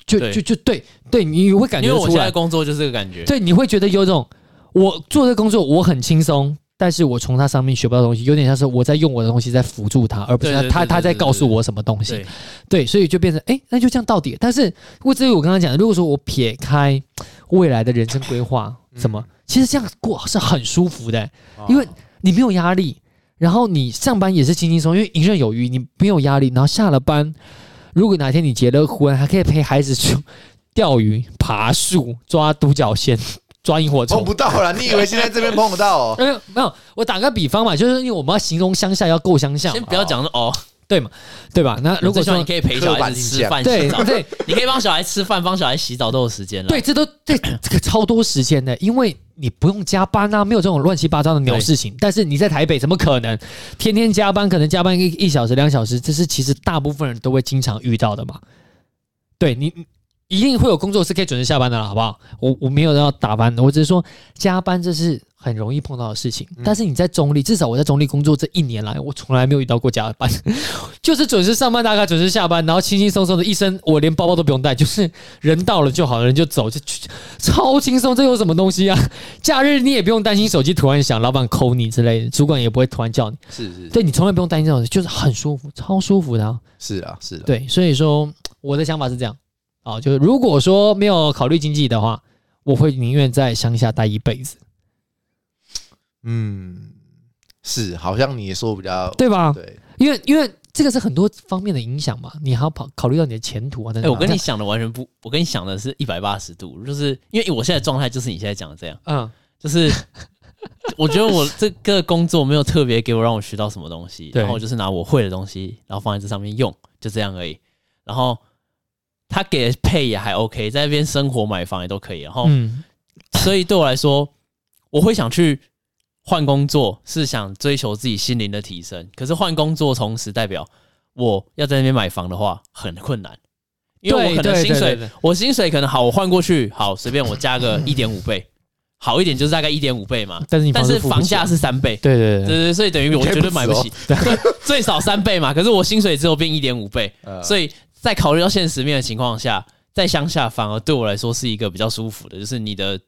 Speaker 3: 就
Speaker 2: 对
Speaker 3: 就就对对，你会感觉
Speaker 2: 因为
Speaker 3: 得
Speaker 2: 我
Speaker 3: 出
Speaker 2: 现
Speaker 3: 来
Speaker 2: 在，工作就是这个感觉，
Speaker 3: 对，你会觉得有种我做这工作我很轻松，但是我从它上面学不到东西，有点像是我在用我的东西在辅助它，而不是它
Speaker 2: 对对
Speaker 3: 它
Speaker 2: 对
Speaker 3: 它在
Speaker 2: 对对
Speaker 3: 告诉
Speaker 2: 对
Speaker 3: 我什么东西。
Speaker 2: 对
Speaker 3: 对，所以就变成哎、诶那就这样到底了。但是，我至于我刚刚讲的，如果说我撇开未来的人生规划，
Speaker 2: 嗯
Speaker 3: 怎么，其实这样过是很舒服的、因为你没有压力，然后你上班也是轻轻松，因为游刃有余，你没有压力。然后下了班，如果哪天你结了婚，还可以陪孩子去钓鱼、爬树、抓独角仙、 (laughs) 抓萤火
Speaker 1: 碰
Speaker 2: 哦
Speaker 3: 虫
Speaker 1: 不。到了，你以为现在这边碰不到哦？
Speaker 3: 没有没有，我打个比方嘛，就是因为我们要形容乡下要够乡下
Speaker 2: 先
Speaker 3: 嘛，
Speaker 2: 不要讲哦，
Speaker 3: 对嘛，对吧？那啊如
Speaker 2: 如
Speaker 3: 果
Speaker 2: 果
Speaker 3: 说
Speaker 2: 说你可以陪小
Speaker 1: 刻
Speaker 2: 孩
Speaker 1: 板
Speaker 2: 子
Speaker 1: 印
Speaker 2: 吃
Speaker 1: 象
Speaker 2: 饭、
Speaker 3: 对
Speaker 2: 洗澡，
Speaker 3: 对，
Speaker 2: 你可以帮小孩吃饭、帮小孩洗澡都有时间了。
Speaker 3: 对，这都对这个超多时间的，因为你不用加班啊，没有这种乱七八糟的鸟事情。但是你在台北怎么可能天天加班？可能加班一一小时、两小时，这是其实大部分人都会经常遇到的嘛。对你你一定会有工作是可以准时下班的啦，好不好？我我没有要打班，我只是说加班这是很容易碰到的事情。
Speaker 2: 嗯
Speaker 3: 但是你在中立，至少我在中立工作这一年来，我从来没有遇到过加班， (laughs) 就是准时上班打卡，准时下班，然后轻轻松松的一生，我连包包都不用带，就是人到了就好，人就走，就去超轻松，这有什么东西啊？ (laughs) 假日你也不用担心手机突然响，老板扣你之类的，主管也不会突然叫你，
Speaker 1: 是是
Speaker 3: (laughs) 对你从来不用担心这种事，就是很舒服，超舒服的、啊。
Speaker 1: 是啊是啊，
Speaker 3: 对，所以说我的想法是这样啊、哦，就是如果说没有考虑经济的话，我会宁愿在乡下待一辈子，
Speaker 1: 嗯，是，好像你说比较
Speaker 3: 对吧？
Speaker 1: 对，
Speaker 3: 因为因为这个是很多方面的影响嘛，你还要考考虑到你的前途啊。哎
Speaker 2: 哎、我跟你，想的完全不，我跟你想的是一百八十度，就是因为我现在状态就是你现在讲的这样，
Speaker 3: 嗯，
Speaker 2: 就是 (laughs) 我觉得我这个工作没有特别给我让我学到什么东西，
Speaker 3: 对
Speaker 2: 然后我就是拿我会的东西，然后放在这上面用，就这样而已。然后他给的配也还 OK，在那边生活买房也都可以。然后，
Speaker 3: 嗯，
Speaker 2: 所以对我来说，我会想去换工作，是想追求自己心灵的提升。可是换工作同时代表我要在那边买房的话很困难，因为我可
Speaker 3: 对
Speaker 2: 能
Speaker 3: 对
Speaker 2: 薪
Speaker 3: 对
Speaker 2: 水
Speaker 3: 对对
Speaker 2: 我薪水可能好，我换过去好，随便我加个一点五
Speaker 3: (laughs)
Speaker 2: 倍，好一点就是大概一点五倍嘛。
Speaker 3: 但是你
Speaker 2: 但是
Speaker 3: 付不
Speaker 2: 房
Speaker 3: 起
Speaker 2: 价
Speaker 3: 啊
Speaker 2: 是三倍，
Speaker 3: 对对
Speaker 2: 对
Speaker 3: 对
Speaker 2: 对
Speaker 3: 对，
Speaker 2: 对，所以等于我
Speaker 1: 你可以
Speaker 2: 绝对买不
Speaker 1: 不
Speaker 2: 起，
Speaker 3: 哦
Speaker 2: 对 (laughs) 最少三倍嘛。可是我薪水只有变一点五倍，
Speaker 1: 呃
Speaker 2: 所以在考虑到现实面的情况下，在乡下反而对我来说是一个比较舒服的，就是你的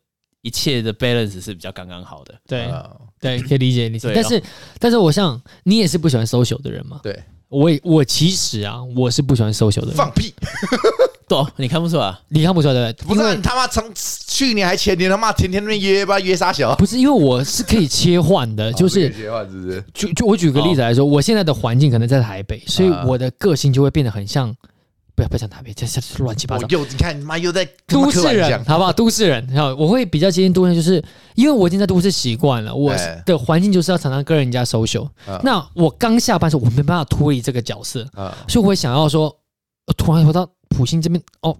Speaker 2: 一切的 balance 是比较刚刚好的。
Speaker 3: 对
Speaker 1: 呃 (clears throat)
Speaker 3: 对，可以理解理解。
Speaker 2: 对
Speaker 3: 但是，但是我想你也是不喜欢 social 的人嘛？
Speaker 1: 啊对，
Speaker 3: 我也我其实啊，我是不喜欢 social 的人。
Speaker 1: 放屁，
Speaker 2: 对哦、你看不出来啊、
Speaker 3: 你看不出来对对？
Speaker 1: 不是
Speaker 3: 因
Speaker 1: 啊
Speaker 3: 为
Speaker 1: 你他妈从去年还前年他妈天天那边约吧约啥小，啊
Speaker 3: 不是因为我是可以切换
Speaker 1: (laughs)
Speaker 3: 的，就
Speaker 1: 哦这
Speaker 3: 是
Speaker 1: 个切换是不是？
Speaker 3: 就就我举个例子来说，我现在的环境可能在台北，所以
Speaker 1: 啊
Speaker 3: 我的个性就会变得很像，不要不要像台北，这这这乱七八
Speaker 1: 我
Speaker 3: 糟。
Speaker 1: 又你看你妈又在他妈
Speaker 3: 都
Speaker 1: 刻
Speaker 3: 市
Speaker 1: 板印象
Speaker 3: 人，
Speaker 1: (laughs)
Speaker 3: 好不好？都市人，好，我会比较接近都市人，就是因为我已经在都市习惯了，我
Speaker 1: 哎
Speaker 3: 的环境就是要常常跟人家 social
Speaker 1: 啊。
Speaker 3: 那我刚下班的时候，我没办法脱离这个角色，
Speaker 1: 啊，
Speaker 3: 所以我会想要说，呃突然回到普星这边，哦，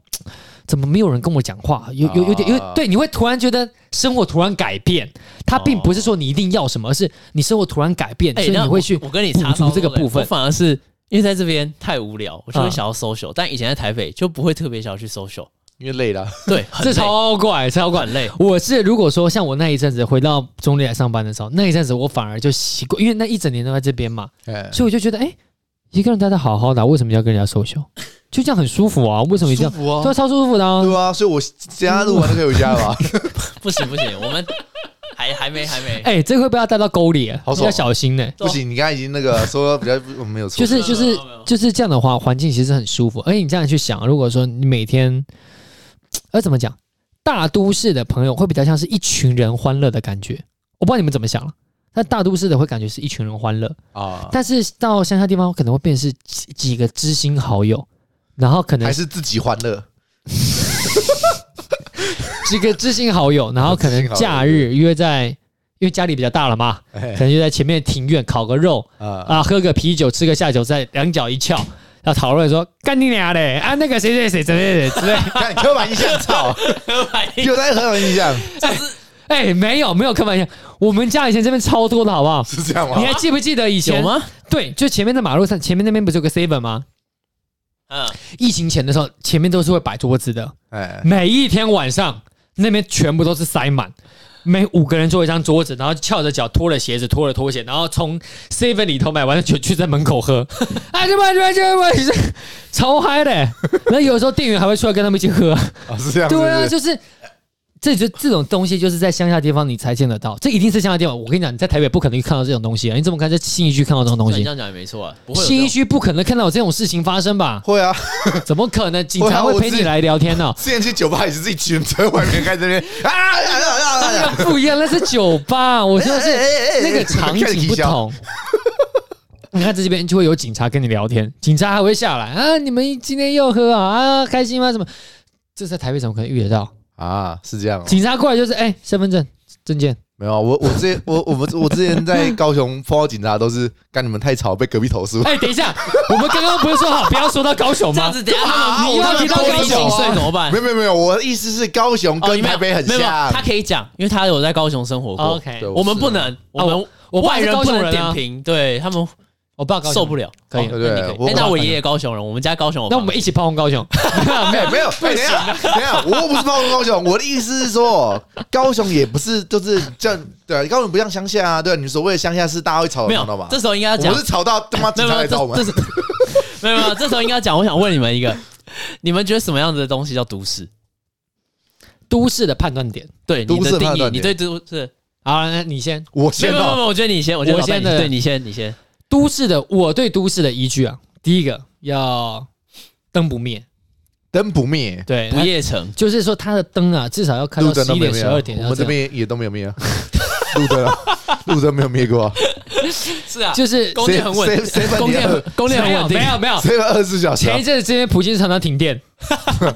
Speaker 3: 怎么没有人跟我讲话？有有有点，因为
Speaker 1: 啊
Speaker 3: 对，你会突然觉得生活突然改变，它并不是说你一定要什么，而是你生活突然改变，所以
Speaker 2: 哎那
Speaker 3: 哎你
Speaker 2: 我
Speaker 3: 会去
Speaker 2: 我跟你
Speaker 3: 补
Speaker 2: 查
Speaker 3: 足这个部分
Speaker 2: 我反而是因为在这边太无聊，我就会
Speaker 3: 嗯
Speaker 2: 想要 social，、但以前在台北就不会特别想要去 social。
Speaker 1: 因为累了，
Speaker 3: (laughs)
Speaker 2: 对，很
Speaker 3: 这
Speaker 2: 累
Speaker 3: 超怪，超怪
Speaker 2: 很。累。
Speaker 3: 我是如果说像我那一阵子回到中立来上班的时候，那一阵子我反而就习惯，因为那一整年都在这边嘛，
Speaker 1: 哎，
Speaker 3: 所以我就觉得，哎、一个人待的好好的啊、为什么要跟人家 social？就这样很舒服啊，为什么一定
Speaker 1: 舒
Speaker 3: 要？
Speaker 1: 服啊
Speaker 3: 对啊，，超舒服的、啊。
Speaker 1: 对啊，所以我等一下录完就可以回家了吧，
Speaker 2: 不行不行，我们还还没还
Speaker 3: (laughs)
Speaker 2: 没，
Speaker 3: 哎、这会被他带到沟里、
Speaker 1: 好爽啊
Speaker 3: 要小心呢、
Speaker 1: 不行，你刚才已经那个说比较我没有错，
Speaker 3: 就是就
Speaker 2: 没有
Speaker 3: 是
Speaker 2: 没有
Speaker 3: 就是这样的话，环境其实很舒服。而且你这样去想，如果说你每天，呃，怎么讲，大都市的朋友会比较像是一群人欢乐的感觉。我不知道你们怎么想了，但大都市的会感觉是一群人欢乐，
Speaker 1: 啊，
Speaker 3: 但是到乡下地方可能会变成是几几个知心好友，然后可能
Speaker 1: 还是自己欢乐，
Speaker 3: 几个知心好友，然后可能假
Speaker 2: (laughs)
Speaker 3: 日约在，因为家里比较大了嘛，可
Speaker 1: 哎
Speaker 3: 能就在前面庭院烤个肉
Speaker 1: 啊，
Speaker 3: 啊，喝个啤酒，吃个下酒菜，两脚一翘， (laughs) 然后讨论说干你俩嘞啊，那个谁谁谁谁谁谁之类，
Speaker 1: 看刻板印象，操，又在刻板印象，
Speaker 3: (laughs) 哎，没有没有开玩笑，我们家以前这边超多的好不好？
Speaker 1: 是这样吗
Speaker 3: 你？还记不记得以
Speaker 2: 有
Speaker 3: 前？
Speaker 2: 吗？
Speaker 3: 对，就前面的马路上，前面那边不是有个 seven 吗？
Speaker 2: 嗯，
Speaker 3: 疫情前的时候，前面都是会摆桌子的，
Speaker 1: 哎，
Speaker 3: 每一天晚上那边全部都是塞满，每五个人坐一张桌子，然后翘着脚脱了鞋子，脱了拖鞋，然后从 seven 里头买完的酒去在门口喝，哎，这么这么这么超嗨的、然后有时候店员还会出来跟他们一起喝，
Speaker 1: 哦是这样，
Speaker 3: 对啊，
Speaker 1: 是
Speaker 3: 就是。这就这种东西，就是在乡下地方你才见得到，这一定是乡下地方。我跟你讲，你在台北不可能看到这种东西啊！你怎么可能在信义区看到这种东
Speaker 2: 那你这
Speaker 3: 西？
Speaker 2: 样讲也没错啊，不会有
Speaker 3: 信义
Speaker 2: 这种
Speaker 3: 区不可能看到有这种事情发生吧？
Speaker 1: 会啊，
Speaker 3: 怎么可能？警
Speaker 1: 会啊
Speaker 3: 察
Speaker 1: 我
Speaker 3: 会陪
Speaker 1: 自
Speaker 3: 你
Speaker 1: 己
Speaker 3: 来聊天呢、
Speaker 1: 之前去酒吧也是自己群在外面看这边啊啊啊啊啊
Speaker 3: 那
Speaker 1: 啊！
Speaker 3: 个不一样，那是酒吧，我说的
Speaker 1: 哎哎哎哎
Speaker 3: 是那个场景不同。你看在这边就会有警察跟你聊天， (laughs) 警察还会下来啊，你们今天又喝啊啊，开心吗？什么？这在台北怎么可能遇得到？
Speaker 1: 啊，是这样、哦。
Speaker 3: 警察过来就是哎、身份证、证件，
Speaker 1: 没有啊，我我之前我我们我之前在高雄碰到警察都是干你们太吵，被隔壁投诉。
Speaker 3: 哎、等一下，我们刚刚不是说好不要说到高雄
Speaker 2: 这样
Speaker 3: 吗？
Speaker 2: 子，等一下他
Speaker 1: 啊
Speaker 2: 们
Speaker 1: 我
Speaker 2: 他们
Speaker 1: 当
Speaker 2: 脱
Speaker 1: 然
Speaker 2: 离
Speaker 1: 高
Speaker 2: 心
Speaker 1: 雄啊
Speaker 2: 碎怎么办
Speaker 1: 没？有没有没有，我的意思是高雄 (laughs)
Speaker 2: 哦，
Speaker 1: 跟
Speaker 2: 你没
Speaker 1: 台
Speaker 2: 有
Speaker 1: 北很
Speaker 2: 没有没有
Speaker 1: 像。
Speaker 2: 他可以讲，因为他有在高雄生活过。
Speaker 3: OK，
Speaker 1: 对
Speaker 2: 我们不能，啊我们
Speaker 3: 我爸
Speaker 2: 外
Speaker 3: 是
Speaker 2: 人
Speaker 3: 高
Speaker 2: 不
Speaker 3: 雄人
Speaker 2: 能
Speaker 3: 啊
Speaker 2: 点评，对他们
Speaker 3: 我爸高雄
Speaker 2: 受不了。
Speaker 3: 可以
Speaker 2: 哦
Speaker 1: 对不
Speaker 2: 那你
Speaker 1: 对
Speaker 2: 可以
Speaker 1: 我
Speaker 2: 哎那我爷爷高雄人，我们家高雄。
Speaker 3: 那我们一起炮轰高雄， (laughs)
Speaker 1: 没有没
Speaker 2: (laughs)
Speaker 1: 有，
Speaker 2: 啊
Speaker 1: 哎等一下等一下，我又不是包括高雄，我的意思是说，高雄也不是就是这样，对啊，高雄不像乡下啊，对啊，你所谓的乡下是大家会吵
Speaker 2: 没
Speaker 1: 得闹
Speaker 2: 有
Speaker 1: 闹嘛，
Speaker 2: 这时候应该要
Speaker 1: 我
Speaker 2: 讲
Speaker 1: 们是，吵到他妈
Speaker 2: 没
Speaker 1: 警
Speaker 2: 有
Speaker 1: 察
Speaker 2: (laughs) 没有，
Speaker 1: 来找我
Speaker 2: 这这
Speaker 1: 们。
Speaker 2: 是没有没有，这时候应该要讲。我想问你们一个，你们觉得什么样子的东西叫都市？
Speaker 3: 都市的判断点。
Speaker 2: 对
Speaker 1: 都
Speaker 2: 你
Speaker 1: 市
Speaker 2: 的定
Speaker 1: 判
Speaker 2: 义，
Speaker 1: 断
Speaker 2: 你
Speaker 1: 点
Speaker 2: 对都市？
Speaker 3: 好，那你先
Speaker 1: 我
Speaker 2: 没
Speaker 1: 先哦
Speaker 2: 有没有没
Speaker 1: 到
Speaker 2: 有，我觉得你先，我觉得
Speaker 3: 我
Speaker 2: 老戴
Speaker 3: 先
Speaker 2: 你
Speaker 3: 的
Speaker 2: 对你先，你先。
Speaker 3: 都市的，我对都市的依据啊，第一个要灯不灭，
Speaker 1: 灯不灭，
Speaker 3: 对，
Speaker 2: 不夜城，
Speaker 3: 就是说它的灯啊，至少要开
Speaker 1: 路
Speaker 3: 到
Speaker 1: 灯
Speaker 3: 十
Speaker 1: 都
Speaker 3: 一
Speaker 1: 没有
Speaker 3: 点、
Speaker 1: 灭
Speaker 3: 十
Speaker 1: 啊，
Speaker 3: 二点。
Speaker 1: 我们这边也都没有灭啊， (laughs) 路灯啊，路灯没有灭
Speaker 2: (laughs)
Speaker 1: 过啊，
Speaker 2: 是啊，
Speaker 3: 就是
Speaker 2: 供电很稳
Speaker 1: 谁谁谁
Speaker 2: 定，供
Speaker 1: 谁
Speaker 2: 电供电很稳定
Speaker 3: 没。有没有。
Speaker 1: 谁有二十四小时啊
Speaker 3: 前一阵子这边普京常常停电，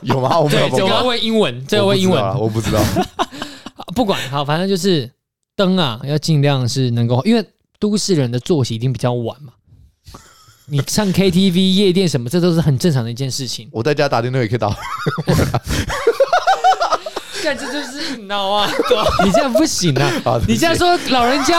Speaker 1: 有吗？我没有
Speaker 3: 对，这
Speaker 1: 碰
Speaker 3: 个要
Speaker 1: 过。
Speaker 3: 问英文，这个要问英文，
Speaker 1: 我不知道啊，我不知道。
Speaker 3: 不管好，反正就是灯啊，要尽量是能够，因为都市人的作息一定比较晚嘛。你上 KTV、夜店什么，这都是很正常的一件事情。
Speaker 1: 我在家打电动也可以打，
Speaker 3: 干，这就是硬挠啊！ (laughs) 你这样不行啊！你这样说老人家，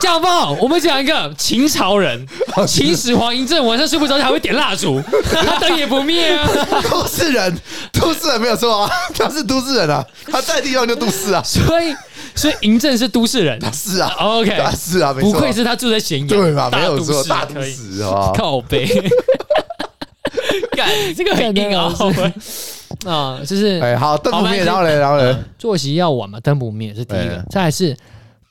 Speaker 3: 这样好不好？我们讲一个秦朝
Speaker 1: (laughs)
Speaker 3: 人，秦始皇嬴政晚上睡不着觉还会点蜡烛，他灯也不灭啊。
Speaker 1: (laughs) 都市人，都市人没有错啊，他是都市人啊，他在地方就都市啊，
Speaker 3: 所以，所以嬴政是都市
Speaker 1: (laughs)
Speaker 3: 人。哦
Speaker 1: 是啊，
Speaker 3: OK，
Speaker 1: 他是啊，没
Speaker 3: 不
Speaker 1: 错啊
Speaker 3: 愧是他住在咸阳，
Speaker 1: 对吧？没
Speaker 3: 大
Speaker 1: 有
Speaker 3: 都
Speaker 1: 错，
Speaker 3: 市
Speaker 1: 大都
Speaker 3: 可以
Speaker 1: 市啊，
Speaker 3: (laughs) 靠北 (laughs)
Speaker 2: 干，这个很硬啊！
Speaker 3: (laughs) 啊，就是
Speaker 1: 哎，好，邓不灭，然后嘞，然后嘞，
Speaker 3: 作息要晚嘛，灯不灭是第一个
Speaker 1: 哎，
Speaker 3: 再来是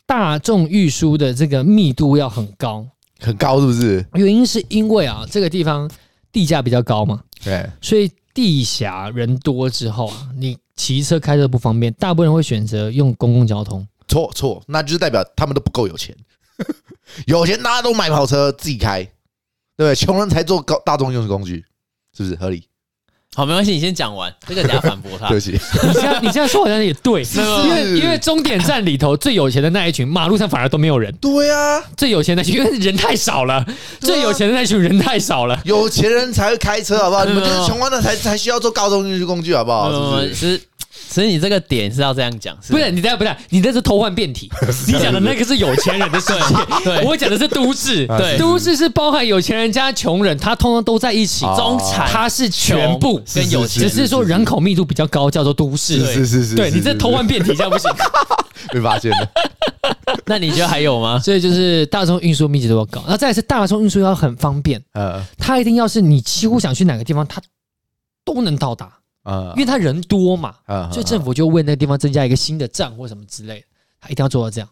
Speaker 3: 大众运输的这个密度要很高。
Speaker 1: 很高是不是？
Speaker 3: 原因是因为啊，这个地方地价比较高嘛，
Speaker 1: 哎，
Speaker 3: 所以地狭人多之后啊，你骑车开车不方便，大部分人会选择用公共交通。
Speaker 1: 错错，那就是代表他们都不够有钱， (laughs) 有钱大家都买跑车自己开，对不对？穷人才坐高大众运输工具，是不是合理？
Speaker 2: 好，没关系，你先讲完，这个等下反
Speaker 3: 啊
Speaker 2: 驳
Speaker 1: (laughs)
Speaker 2: 他
Speaker 1: 对。不起，
Speaker 3: 你这样你这样说好像也对，
Speaker 1: 是
Speaker 3: 因为因为终点站里头最有钱的那一群，马路上反而都没有人。
Speaker 1: 对啊，
Speaker 3: 最有钱的那群，因为人太少了，最有钱的那群人太少了。
Speaker 1: 有
Speaker 3: 嗯
Speaker 1: 钱人才会开车，好不好？你们都
Speaker 2: 没有没
Speaker 1: 是
Speaker 2: 有
Speaker 1: 穷光蛋才才需要做高中运输工具，好不好？是不
Speaker 2: 嗯，
Speaker 1: 是？
Speaker 2: 是所以你这个点是要这样讲，
Speaker 3: 不是你在不是你那是偷换变体，你讲的那个是有钱人的世界， (laughs)
Speaker 2: 对
Speaker 3: 我讲的是都市，
Speaker 1: 啊
Speaker 2: 对
Speaker 3: 都市是包含有钱人加穷人，它通常都在一起，
Speaker 1: 哦
Speaker 2: 中产
Speaker 3: 它是全部
Speaker 2: 穷跟有
Speaker 3: 只
Speaker 2: 钱，
Speaker 3: 是说人口密度比较高，叫做都市。
Speaker 1: 是是是是，
Speaker 3: 嗯对
Speaker 1: 是
Speaker 3: 你这偷换变体，这样不行。
Speaker 1: 是被发现
Speaker 3: (laughs)
Speaker 1: 了，
Speaker 2: 那你觉得还有吗？
Speaker 3: 所以就是大众运输密集度要高，那再来是大众运输要很方便，
Speaker 1: 呃
Speaker 3: 它一定要是你几乎想去哪个地方，它都能到达，
Speaker 1: 呃
Speaker 3: 因为它人多嘛。
Speaker 1: 呃
Speaker 3: 所以政府就为那个地方增加一个新的站或什么之类的，他一定要做到这样。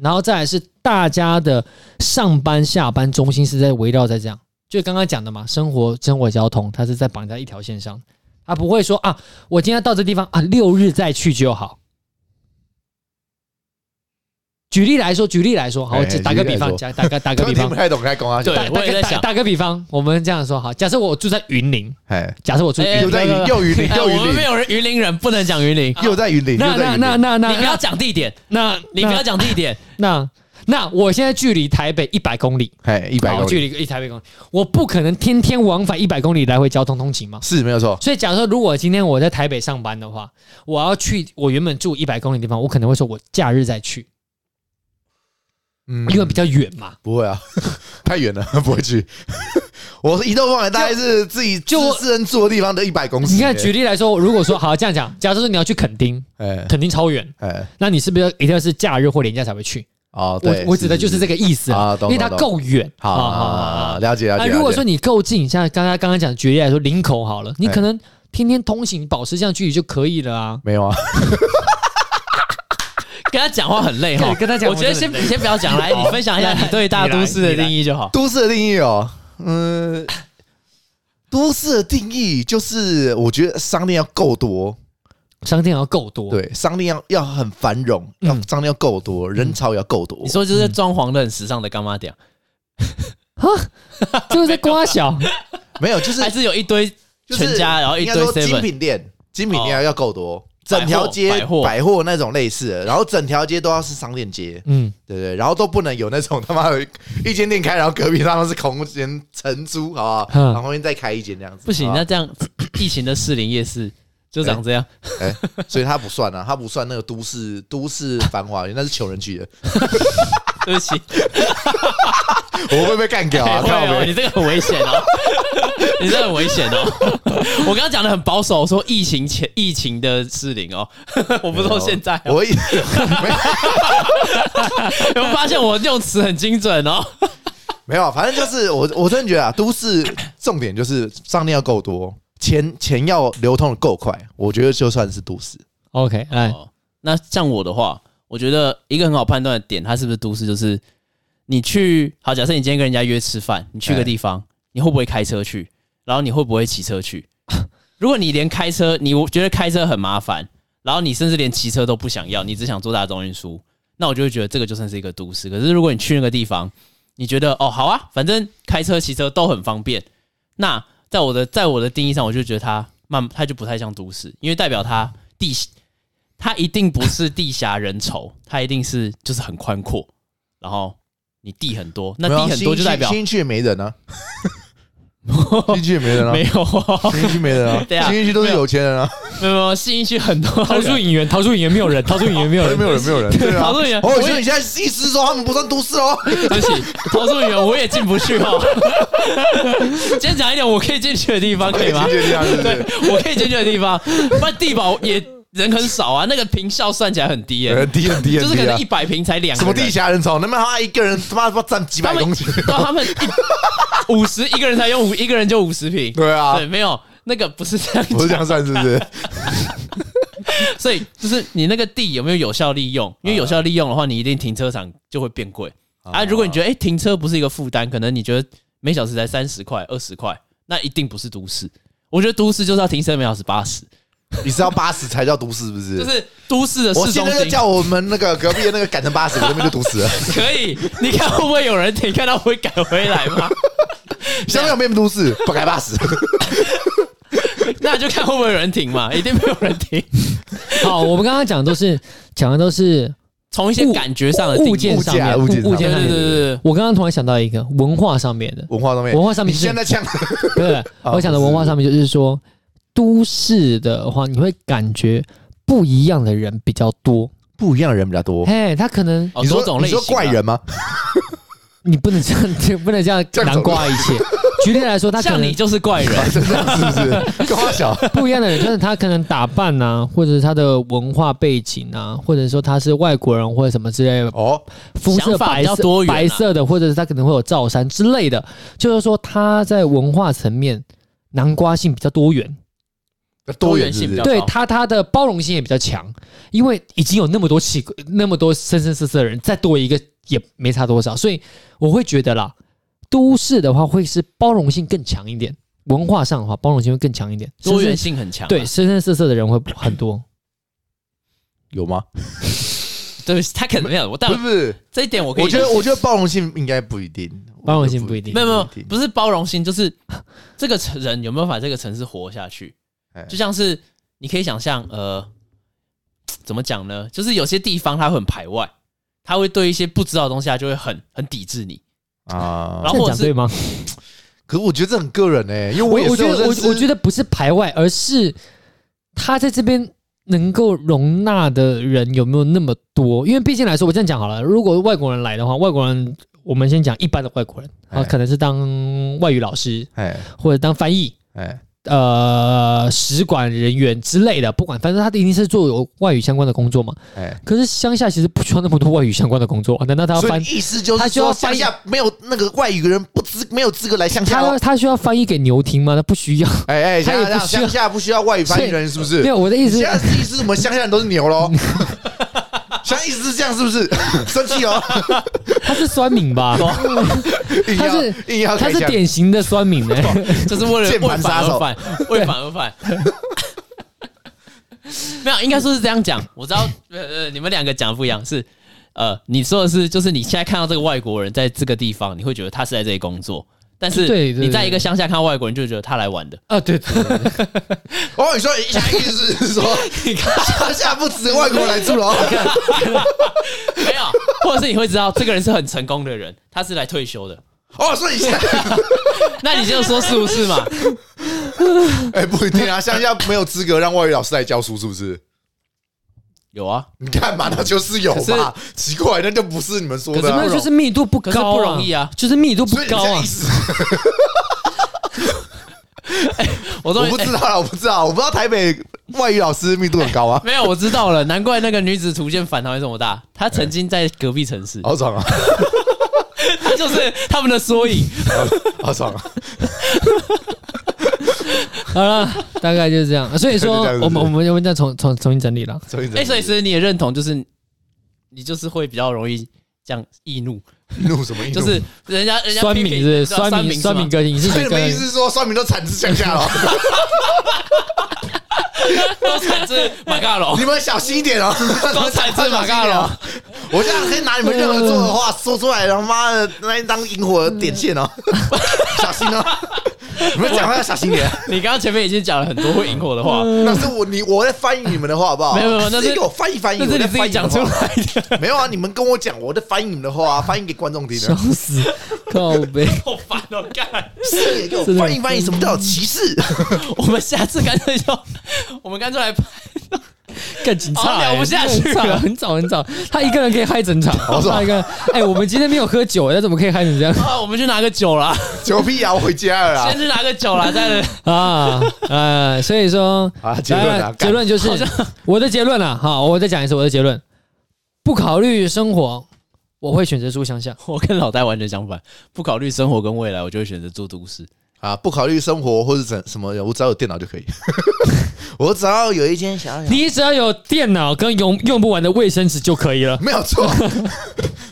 Speaker 3: 然后再来是大家的上班下班中心是在围绕在这样，就刚刚讲的嘛，生活生活交通它是在绑在一条线上，它不会说啊，我今天到这地方啊，六日再去就好。举例来说，举例来说，好，
Speaker 1: 哎
Speaker 3: 我只打个比
Speaker 1: 举
Speaker 3: 方，
Speaker 1: 例
Speaker 3: 打打个打个比
Speaker 1: 听
Speaker 3: 方
Speaker 1: 不，太懂该讲啊，
Speaker 2: 对
Speaker 3: 打
Speaker 2: 我
Speaker 3: 打
Speaker 2: 也在
Speaker 3: 个打
Speaker 2: 想
Speaker 3: 打个比方，我们这样说好，假设我住在云林，
Speaker 1: 哎，
Speaker 3: 假设我住云
Speaker 2: 哎
Speaker 1: 又
Speaker 3: 林，
Speaker 1: 在
Speaker 2: 哎
Speaker 1: 云又云林
Speaker 2: 哎
Speaker 1: 又
Speaker 2: 我
Speaker 1: 云
Speaker 2: 们没
Speaker 1: 林
Speaker 2: 有人云林人，不能讲云林。
Speaker 1: 又在云林，
Speaker 3: 那
Speaker 1: 又在
Speaker 3: 那
Speaker 1: 云林
Speaker 3: 那那那，
Speaker 2: 你不要讲地点，
Speaker 3: 那
Speaker 2: 你不要讲地点，
Speaker 3: 那那我现在距离台北一百公里，
Speaker 1: 哎一百
Speaker 3: 好
Speaker 1: 公
Speaker 3: 距
Speaker 1: 里
Speaker 3: 离一台北公里，我不可能天天往返一百公里来回交通通勤嘛。
Speaker 1: 是没有错，
Speaker 3: 所以，假如说如果今天我在台北上班的话，我要去我原本住一百公里的地方，我可能会说我假日再去，
Speaker 1: 嗯
Speaker 3: 因为比较远嘛。
Speaker 1: 不会啊， (laughs) 太远了， (laughs) 不会去。我是移动范围大概是自己
Speaker 3: 就
Speaker 1: 就私人住的地方的一百公尺。
Speaker 3: 你看，举例来说，如
Speaker 1: (laughs)
Speaker 3: 果说好这样讲，假如说你要去垦丁，
Speaker 1: 哎
Speaker 3: 垦丁超远，
Speaker 1: 哎
Speaker 3: 那你是不是一定要是假日或连假才会去？
Speaker 1: 哦，
Speaker 3: 我
Speaker 1: 对，
Speaker 3: 我指的就是这
Speaker 1: 个。
Speaker 3: 个意思
Speaker 1: 啊懂
Speaker 3: 因为它
Speaker 1: 懂懂
Speaker 3: 够远。
Speaker 1: 好
Speaker 3: 啊
Speaker 1: 好，
Speaker 3: 啊啊啊
Speaker 1: 好好了解了
Speaker 3: 那
Speaker 1: 解。
Speaker 3: 如果说
Speaker 1: 了解
Speaker 3: 你够近，像刚刚刚刚讲举例来说，林口好了，你
Speaker 1: 哎
Speaker 3: 可能天天通行，保持这样距离就可以了啊。
Speaker 1: 没有啊，
Speaker 2: 跟他讲话很
Speaker 1: 哎
Speaker 2: 累哈
Speaker 3: 哎对。跟他讲
Speaker 2: 我觉
Speaker 3: 话
Speaker 2: 得
Speaker 3: 真
Speaker 2: 先
Speaker 3: 的很累哎
Speaker 2: 先不要讲，来，你分享一下你对大都市的定义就好。
Speaker 1: 都市的定义哦，嗯，都市的定义就是我觉得商店要够多，
Speaker 3: 商店要够多，，
Speaker 1: 对，商店要要很繁荣，要
Speaker 3: 嗯
Speaker 1: 商店要够多，人潮要够多。
Speaker 2: 你说就是装潢的很时尚的干妈店，
Speaker 3: 就是在瓜小，
Speaker 1: 没有？就是
Speaker 2: 还是有一堆
Speaker 1: 就是
Speaker 2: 全家然后一
Speaker 1: 应该
Speaker 2: 堆
Speaker 1: 说
Speaker 2: seven
Speaker 1: 精品店，精品店
Speaker 2: 哦
Speaker 1: 要够多，
Speaker 2: 百货
Speaker 1: 整条街
Speaker 2: 百货
Speaker 1: 百货那种类似的，然后整条街都要是商店街，
Speaker 3: 嗯，
Speaker 1: 对不对？然后都不能有那种他妈的一间店开，然后隔壁他们是空间承租，好不好？
Speaker 3: 嗯
Speaker 1: 然后后面再开一间这样子，
Speaker 2: 不行，
Speaker 1: 好不啊
Speaker 2: 那
Speaker 1: 好
Speaker 2: 这样疫情的士林夜市就长这样，
Speaker 1: (laughs) 哎所以它不算啊，它不算那个都市都市繁华，那是穷人去的， (laughs)
Speaker 2: 对不起，
Speaker 1: 我会不会干掉啊？
Speaker 2: 哎
Speaker 1: 靠
Speaker 2: (laughs) 会哦你
Speaker 1: 北
Speaker 2: 这个很危险哦，你这个很危险哦。我刚刚讲的很保守，说疫情前疫情的士林哦， (laughs) 我不是说现在哦，
Speaker 1: 我一 (laughs) 没有
Speaker 2: (laughs) 有没有发现我用词很精准哦？ (laughs)
Speaker 1: 没有，啊反正就是我我真的觉得啊，都市重点就是商店要够多，钱钱要流通的够快，我觉得就算是都市。
Speaker 3: OK，来，
Speaker 2: 哦，那像我的话，我觉得一个很好判断的点，它是不是都市，就是你去好，假设你今天跟人家约吃饭，你去个
Speaker 1: 哎
Speaker 2: 地方，你会不会开车去？然后你会不会骑车去？ (laughs) 如果你连开车，你我觉得开车很麻烦，然后你甚至连骑车都不想要，你只想坐大众运输，那我就会觉得这个就算是一个都市。可是如果你去那个地方，你觉得哦好啊，反正开车骑车都很方便，那在我的在我的定义上，我就觉得它慢，它就不太像都市，因为代表它地它一定不是地狭人稠，它一定是就是很宽阔，然后你地很多，那
Speaker 1: 没有啊
Speaker 2: 地很多就代表
Speaker 1: 新新区也没人
Speaker 2: (laughs)
Speaker 1: 啊，新区也没人啊
Speaker 2: 没，有啊
Speaker 1: 新区没人啊
Speaker 2: (laughs) 对，啊
Speaker 1: 新区都是有钱人啊，
Speaker 2: 没有没有信义区很 (laughs) 多
Speaker 3: 逃出影员，逃出影员没
Speaker 1: (laughs)
Speaker 3: 有人，逃出影员没有人
Speaker 1: 没，有人，没有人，对
Speaker 2: (laughs)
Speaker 1: 啊
Speaker 2: 陶。醉园，
Speaker 1: 哦，
Speaker 2: 我
Speaker 1: 所以
Speaker 2: 也
Speaker 1: 你现在意思是说他们不算都市哦？
Speaker 2: 对不起，陶醉园我也进不去哦。 (laughs) 先讲一点我可以进去的地方， (laughs) 可
Speaker 1: (laughs)
Speaker 2: 以吗？
Speaker 1: 这样子，对
Speaker 2: 对， (laughs) 我可以进去的地方，不然地堡也人很少啊，那个坪效算起来很低耶、
Speaker 1: 很呃低很低
Speaker 2: 就是
Speaker 1: 很
Speaker 2: 可
Speaker 1: 低
Speaker 2: 能
Speaker 1: 啊
Speaker 2: 一！百平才两个
Speaker 1: 什
Speaker 2: 人
Speaker 1: 么地下人潮？那么他妈一个人他妈不知道占几百
Speaker 2: 他们
Speaker 1: 公
Speaker 2: (laughs)
Speaker 1: 斤？
Speaker 2: 对啊他们
Speaker 1: (laughs)
Speaker 2: 五十一个人才用五，一个人就五十平，
Speaker 1: 对啊
Speaker 2: 对，，没有那个不是这样
Speaker 1: 不是这样算是不
Speaker 2: (laughs)
Speaker 1: 是？
Speaker 2: 所以就是你那个地有没有有效
Speaker 1: 啊
Speaker 2: 利用？因为有效利用的话，你一定停车场就会变贵啊。如果你觉得哎、诶停车不是一个负担，可能你觉得每小时才三十块、二十块，那一定不是都市。我觉得都市就是要停车每小时八十，
Speaker 1: 你是要八十才叫都市，不是？
Speaker 2: 就是都市的
Speaker 1: 我
Speaker 2: 市
Speaker 1: 现
Speaker 2: 中
Speaker 1: 在就
Speaker 2: 心
Speaker 1: 叫我们那个隔壁的那个改成八十，我那边就都
Speaker 2: (laughs)
Speaker 1: 市了。
Speaker 2: 可以。你看会不会有人停？看到会改回来吗？
Speaker 1: 下面有没有都市？不改八十，
Speaker 2: (laughs) 那就看会不会有人停嘛，一定没有人停。
Speaker 3: 好，我们刚刚讲的都是讲的都是
Speaker 2: 从一些感觉上的定义
Speaker 3: 物件上面，
Speaker 1: 物件
Speaker 3: 物
Speaker 2: 对
Speaker 3: 件
Speaker 2: 对
Speaker 3: 上
Speaker 2: 对对
Speaker 3: 面。
Speaker 2: 对，对
Speaker 3: 我刚刚突然想到一个文化上面的，
Speaker 1: 文化上面，
Speaker 3: 文化上面
Speaker 1: 你
Speaker 3: 就是
Speaker 1: 现在
Speaker 2: (laughs)
Speaker 1: 呛，
Speaker 3: 对，
Speaker 1: 啊
Speaker 3: 我讲的文化上面就是说，都市的话，你会感觉不一样的人比较多。
Speaker 1: 不一样的人比较多。
Speaker 3: 嘿，他可能
Speaker 2: 哦，
Speaker 1: 你
Speaker 2: 多
Speaker 1: 说
Speaker 2: 种
Speaker 1: 你
Speaker 2: 类型
Speaker 1: 说
Speaker 2: 啊
Speaker 1: 怪人
Speaker 2: (laughs)
Speaker 1: 吗？
Speaker 3: 你不能这样，不能这样
Speaker 1: 这样
Speaker 3: 南
Speaker 1: 怎么
Speaker 3: 瓜一
Speaker 2: (laughs)
Speaker 3: 切。举例来说，他可
Speaker 2: 像
Speaker 3: 能
Speaker 2: 你就是怪
Speaker 1: (laughs)
Speaker 2: 人，
Speaker 1: 是这样是不
Speaker 2: (laughs)
Speaker 1: 是？跟花小
Speaker 3: 不一样的人，就是他可能打扮啊，或者是他的文化背景啊，或者说他是外国人或者什么之类的，
Speaker 1: 哦，
Speaker 3: 肤色
Speaker 2: 想法
Speaker 3: 白
Speaker 2: 比较
Speaker 3: 色、
Speaker 2: 多元啊
Speaker 3: 白色的，或者是他可能会有罩衫之类的，就是说他在文化层面南瓜性比较多元，
Speaker 2: 多元
Speaker 1: 元是
Speaker 2: 性
Speaker 1: 不
Speaker 2: 比
Speaker 1: 是
Speaker 2: 较
Speaker 3: 对
Speaker 2: 高
Speaker 3: 他他的包容性也比较强，因为已经有那么多奇那么多生生色色的人，再多一个也没差多少，所以我会觉得啦，都市的话会是包容性更强一点，文化上的话包容性会更强一点，
Speaker 2: (laughs) 多元
Speaker 3: 生
Speaker 2: 性很强
Speaker 3: 生
Speaker 2: 啊。
Speaker 3: 对生生色色的人会很多。
Speaker 1: 有吗？
Speaker 2: 对，他可能没有，我但
Speaker 1: 不是不是，
Speaker 2: 这一点我可以
Speaker 1: 我
Speaker 2: 理解，
Speaker 1: 觉得我觉得包容性应该不一定，
Speaker 3: 包容性不一定
Speaker 2: 没有没有，
Speaker 1: 是
Speaker 2: 不是包容性，就是 (laughs) 这个城人有没有把这个城市活下去
Speaker 1: 哎？
Speaker 2: 就像是你可以想象，呃，怎么讲呢？就是有些地方它会很排外，他会对一些不知道的东西，他就会很很抵制你。
Speaker 1: 啊
Speaker 2: 然。
Speaker 3: 这样
Speaker 2: 后或者
Speaker 3: 讲
Speaker 2: 是
Speaker 3: 对吗？
Speaker 1: 可是我觉得这很个人哎，因为
Speaker 3: 我
Speaker 1: 也
Speaker 3: 我
Speaker 1: 是
Speaker 3: 觉
Speaker 1: 有
Speaker 3: 得
Speaker 1: 认
Speaker 3: 我
Speaker 1: 识，
Speaker 3: 我觉得不是排外，而是他在这边能够容纳的人有没有那么多？因为毕竟来说，我这样讲好了，如果外国人来的话，外国人我们先讲一般的外国人啊，
Speaker 1: 哎
Speaker 3: 可能是当外语老师
Speaker 1: 哎
Speaker 3: 或者当翻译。
Speaker 1: 哎
Speaker 3: 呃，使馆人员之类的，不管，反正他一定是做有外语相关的工作嘛。
Speaker 1: 哎，
Speaker 3: 可是乡下其实不需要那么多外语相关的工作啊，难道他要
Speaker 1: 所
Speaker 3: 翻
Speaker 1: 以？意思就是
Speaker 3: 他就要
Speaker 1: 说，乡
Speaker 3: 翻译
Speaker 1: 下没有那个外语人不资没有资格来乡下
Speaker 3: 他
Speaker 1: 哦
Speaker 3: 要。他需要翻译给牛听吗？他不需要。
Speaker 1: 哎哎，
Speaker 3: 他
Speaker 1: 乡
Speaker 3: 也不
Speaker 1: 下
Speaker 3: 需要
Speaker 1: 乡下不需要外语翻译人是不是
Speaker 3: 没？有，我的意思
Speaker 1: 现在意思是我们乡下人都是牛
Speaker 3: (laughs)
Speaker 1: 喽。现在意思是这样是不是？生气哦，
Speaker 3: 他是酸
Speaker 1: (laughs)
Speaker 3: 民吧？
Speaker 1: 硬
Speaker 3: 他
Speaker 1: 要
Speaker 3: 是
Speaker 1: 硬要
Speaker 3: 他
Speaker 1: 开
Speaker 3: 是
Speaker 1: 枪
Speaker 3: 典型的酸民呢、欸
Speaker 1: (laughs)
Speaker 2: 就是为了
Speaker 1: 键
Speaker 2: 为
Speaker 1: 盘
Speaker 2: 反
Speaker 1: 杀
Speaker 2: 而
Speaker 1: 手 (laughs)
Speaker 2: 反，为反而反。 (laughs) 没有，应该说是这样讲。我知道，呃呃，你们两个讲的不一样，是呃，你说的是，就是你现在看到这个外国人在这个地方，你会觉得他是在这里工作，但
Speaker 3: 对
Speaker 2: 是
Speaker 3: 对对
Speaker 2: 你在一个乡下看到外国人，就觉得他
Speaker 1: (laughs)
Speaker 2: 来玩的。
Speaker 3: 啊，对对对对
Speaker 1: 哦，你说一下意思是说，乡下不止外国来住了，
Speaker 2: 没有，或者是你会知道这个人是很成功的人，他是来退休
Speaker 1: (laughs)
Speaker 2: 的。
Speaker 1: 哦，所以现
Speaker 3: (laughs)
Speaker 1: 在
Speaker 2: 那你就说是不是嘛？
Speaker 1: 哎不一定啊，乡下没有资格让外语老师来教书，是不是？
Speaker 2: 有啊，
Speaker 1: 你看嘛，那就是有嘛，奇怪，那就不是你们说的、
Speaker 2: 可
Speaker 1: 啊
Speaker 3: 那，就是密度不
Speaker 2: 可是
Speaker 3: 高、啊，
Speaker 2: 不容易啊！
Speaker 3: 就是密度不
Speaker 1: 所以你
Speaker 3: 高
Speaker 1: 现在
Speaker 3: 啊
Speaker 1: 意。思，
Speaker 2: 我
Speaker 1: 我
Speaker 2: 终于
Speaker 1: 不知
Speaker 2: 哎
Speaker 1: 道啦，我不知道，我不知道台北外语老师密度很高啊，
Speaker 2: 没有，我知道了，难怪那个女子图鉴反弹会这么大。她曾经在隔壁城市，
Speaker 1: 好爽啊，
Speaker 2: 她 (laughs) 就是他们的缩影。
Speaker 1: 好爽啊，
Speaker 3: (laughs) 好了，大概就是这样。啊
Speaker 1: (laughs)
Speaker 3: 所以说
Speaker 1: 就这样，子
Speaker 3: 我们我们我们再重重重新整理了。
Speaker 1: 所以
Speaker 2: 哎、所以其实你也认同，就是你就是会比较容易这样易怒，
Speaker 1: 怒什么意思？
Speaker 2: 就是人家人家
Speaker 3: 酸
Speaker 2: 批
Speaker 3: 敏
Speaker 2: 评
Speaker 3: 是不是
Speaker 2: 你知道
Speaker 3: 酸敏
Speaker 2: 民
Speaker 3: 酸敏
Speaker 2: 敏
Speaker 3: 哥，你是
Speaker 1: 所以
Speaker 3: 谁
Speaker 1: 你们意
Speaker 3: 跟
Speaker 1: 思是说，算命都产自乡下了？
Speaker 2: (laughs) 都产自马嘎龙 (laughs)
Speaker 1: 你，们小心一点哦，
Speaker 2: 都产自马嘎龙。
Speaker 1: (laughs) 我现在可以拿你们任何做的话说出来，然后妈的那一张萤火的点线
Speaker 2: (laughs)
Speaker 1: 哦，小心哦！你们讲话要小心点，
Speaker 2: 你刚刚前面已经讲了很多会引火的 (laughs) 话，
Speaker 1: 那是我你我在翻译你们的话，好不好？
Speaker 2: 没有没有那是
Speaker 1: 自己给我翻译翻译，
Speaker 2: 那是
Speaker 1: 我
Speaker 2: 你
Speaker 1: 在
Speaker 2: 自
Speaker 1: 翻
Speaker 2: 己
Speaker 1: 译你
Speaker 2: 讲
Speaker 1: 们
Speaker 2: 出
Speaker 1: 的话
Speaker 2: 来的。
Speaker 1: 没有啊？你们跟我讲，我在翻译你们的话啊，翻译给观众听
Speaker 3: 笑
Speaker 1: 的。
Speaker 3: 死，靠背。
Speaker 2: 好烦哦！干，
Speaker 1: 是，给我
Speaker 3: 真的
Speaker 1: 翻译翻译，什么叫有歧 (laughs) 视？
Speaker 2: 我们下次干脆就， (laughs) 我们干脆来拍，
Speaker 3: 更警察、
Speaker 2: 好
Speaker 3: 欸、
Speaker 2: 聊不下去了
Speaker 3: (laughs) 很早很早，他一个人可以嗨整场，
Speaker 1: 好爽
Speaker 3: 他一个人。哎、我们今天没有喝酒、他怎么可以嗨成这样
Speaker 2: 啊，我们去拿个酒啦，
Speaker 1: 牛屁啊！我回家了啦
Speaker 2: 先。去拿个酒啦，再
Speaker 3: 啊？呃，所以说，
Speaker 1: 啊， (laughs) 结论
Speaker 3: 来
Speaker 1: 啊，
Speaker 3: 哎结论就是
Speaker 2: 好像
Speaker 3: (laughs) 我的结论啊。好，我再讲一次我的结论。不考虑生活，我会选择住乡下。
Speaker 2: (laughs) 我跟老戴完全相反，不考虑生活跟未来，我就会选择住都市。
Speaker 1: 啊，不考虑生活或者怎什么，我只要有电脑就 (laughs) 可以。我只要有一间小小
Speaker 3: 你只要有电脑跟用用不完的卫生纸就可以
Speaker 1: (laughs)
Speaker 3: 了。
Speaker 1: 没有错，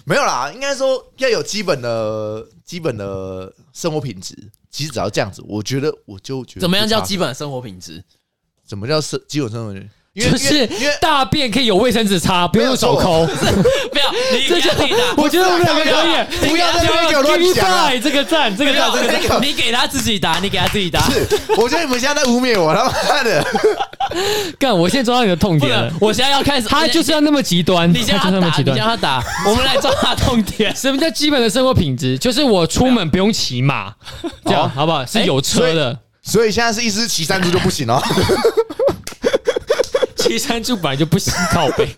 Speaker 1: 没有啦，应该说要有基本的、基本的生活品质。其实只要这样子，我觉得我就觉得
Speaker 2: 怎么样
Speaker 1: 不差
Speaker 2: 叫基？本的生活品 (laughs) 质？
Speaker 1: 怎么叫生基本生活品质？因为
Speaker 3: 就是
Speaker 1: 因为因为
Speaker 3: 大便可以有卫生纸擦，不用用手抠。
Speaker 2: 不要，你
Speaker 3: (laughs) 这就
Speaker 2: 你的。
Speaker 3: 我觉得我们两个可
Speaker 1: 不
Speaker 3: 以。
Speaker 1: 要不要在那
Speaker 3: (laughs)
Speaker 1: 边给我乱
Speaker 3: Give me
Speaker 1: 讲啊
Speaker 3: five，这个赞，这个
Speaker 2: 不
Speaker 3: 赞，
Speaker 2: 要
Speaker 3: 这个赞。
Speaker 1: 这个
Speaker 2: 你给他自己答，你给他自己答。
Speaker 1: 是，我觉得你们现在在污蔑我，他妈的！
Speaker 3: 干，我现在抓到你的痛
Speaker 2: 不
Speaker 3: 点了
Speaker 2: 能。，我现在要开始，
Speaker 3: 他就是要那么极端，
Speaker 2: 你先
Speaker 3: 他
Speaker 2: 让
Speaker 3: 就是
Speaker 2: 他
Speaker 3: 那么
Speaker 2: 打，
Speaker 3: 极
Speaker 2: 你先
Speaker 3: 端。
Speaker 2: 让他 (laughs) 打，我们来抓他痛点。
Speaker 3: 什么叫基本的生活品质？就是我出门不用骑马，这样好不好？是有车的，
Speaker 1: 所以现在是一只骑三只就不行哦。
Speaker 3: 骑山猪本来就不行，靠背。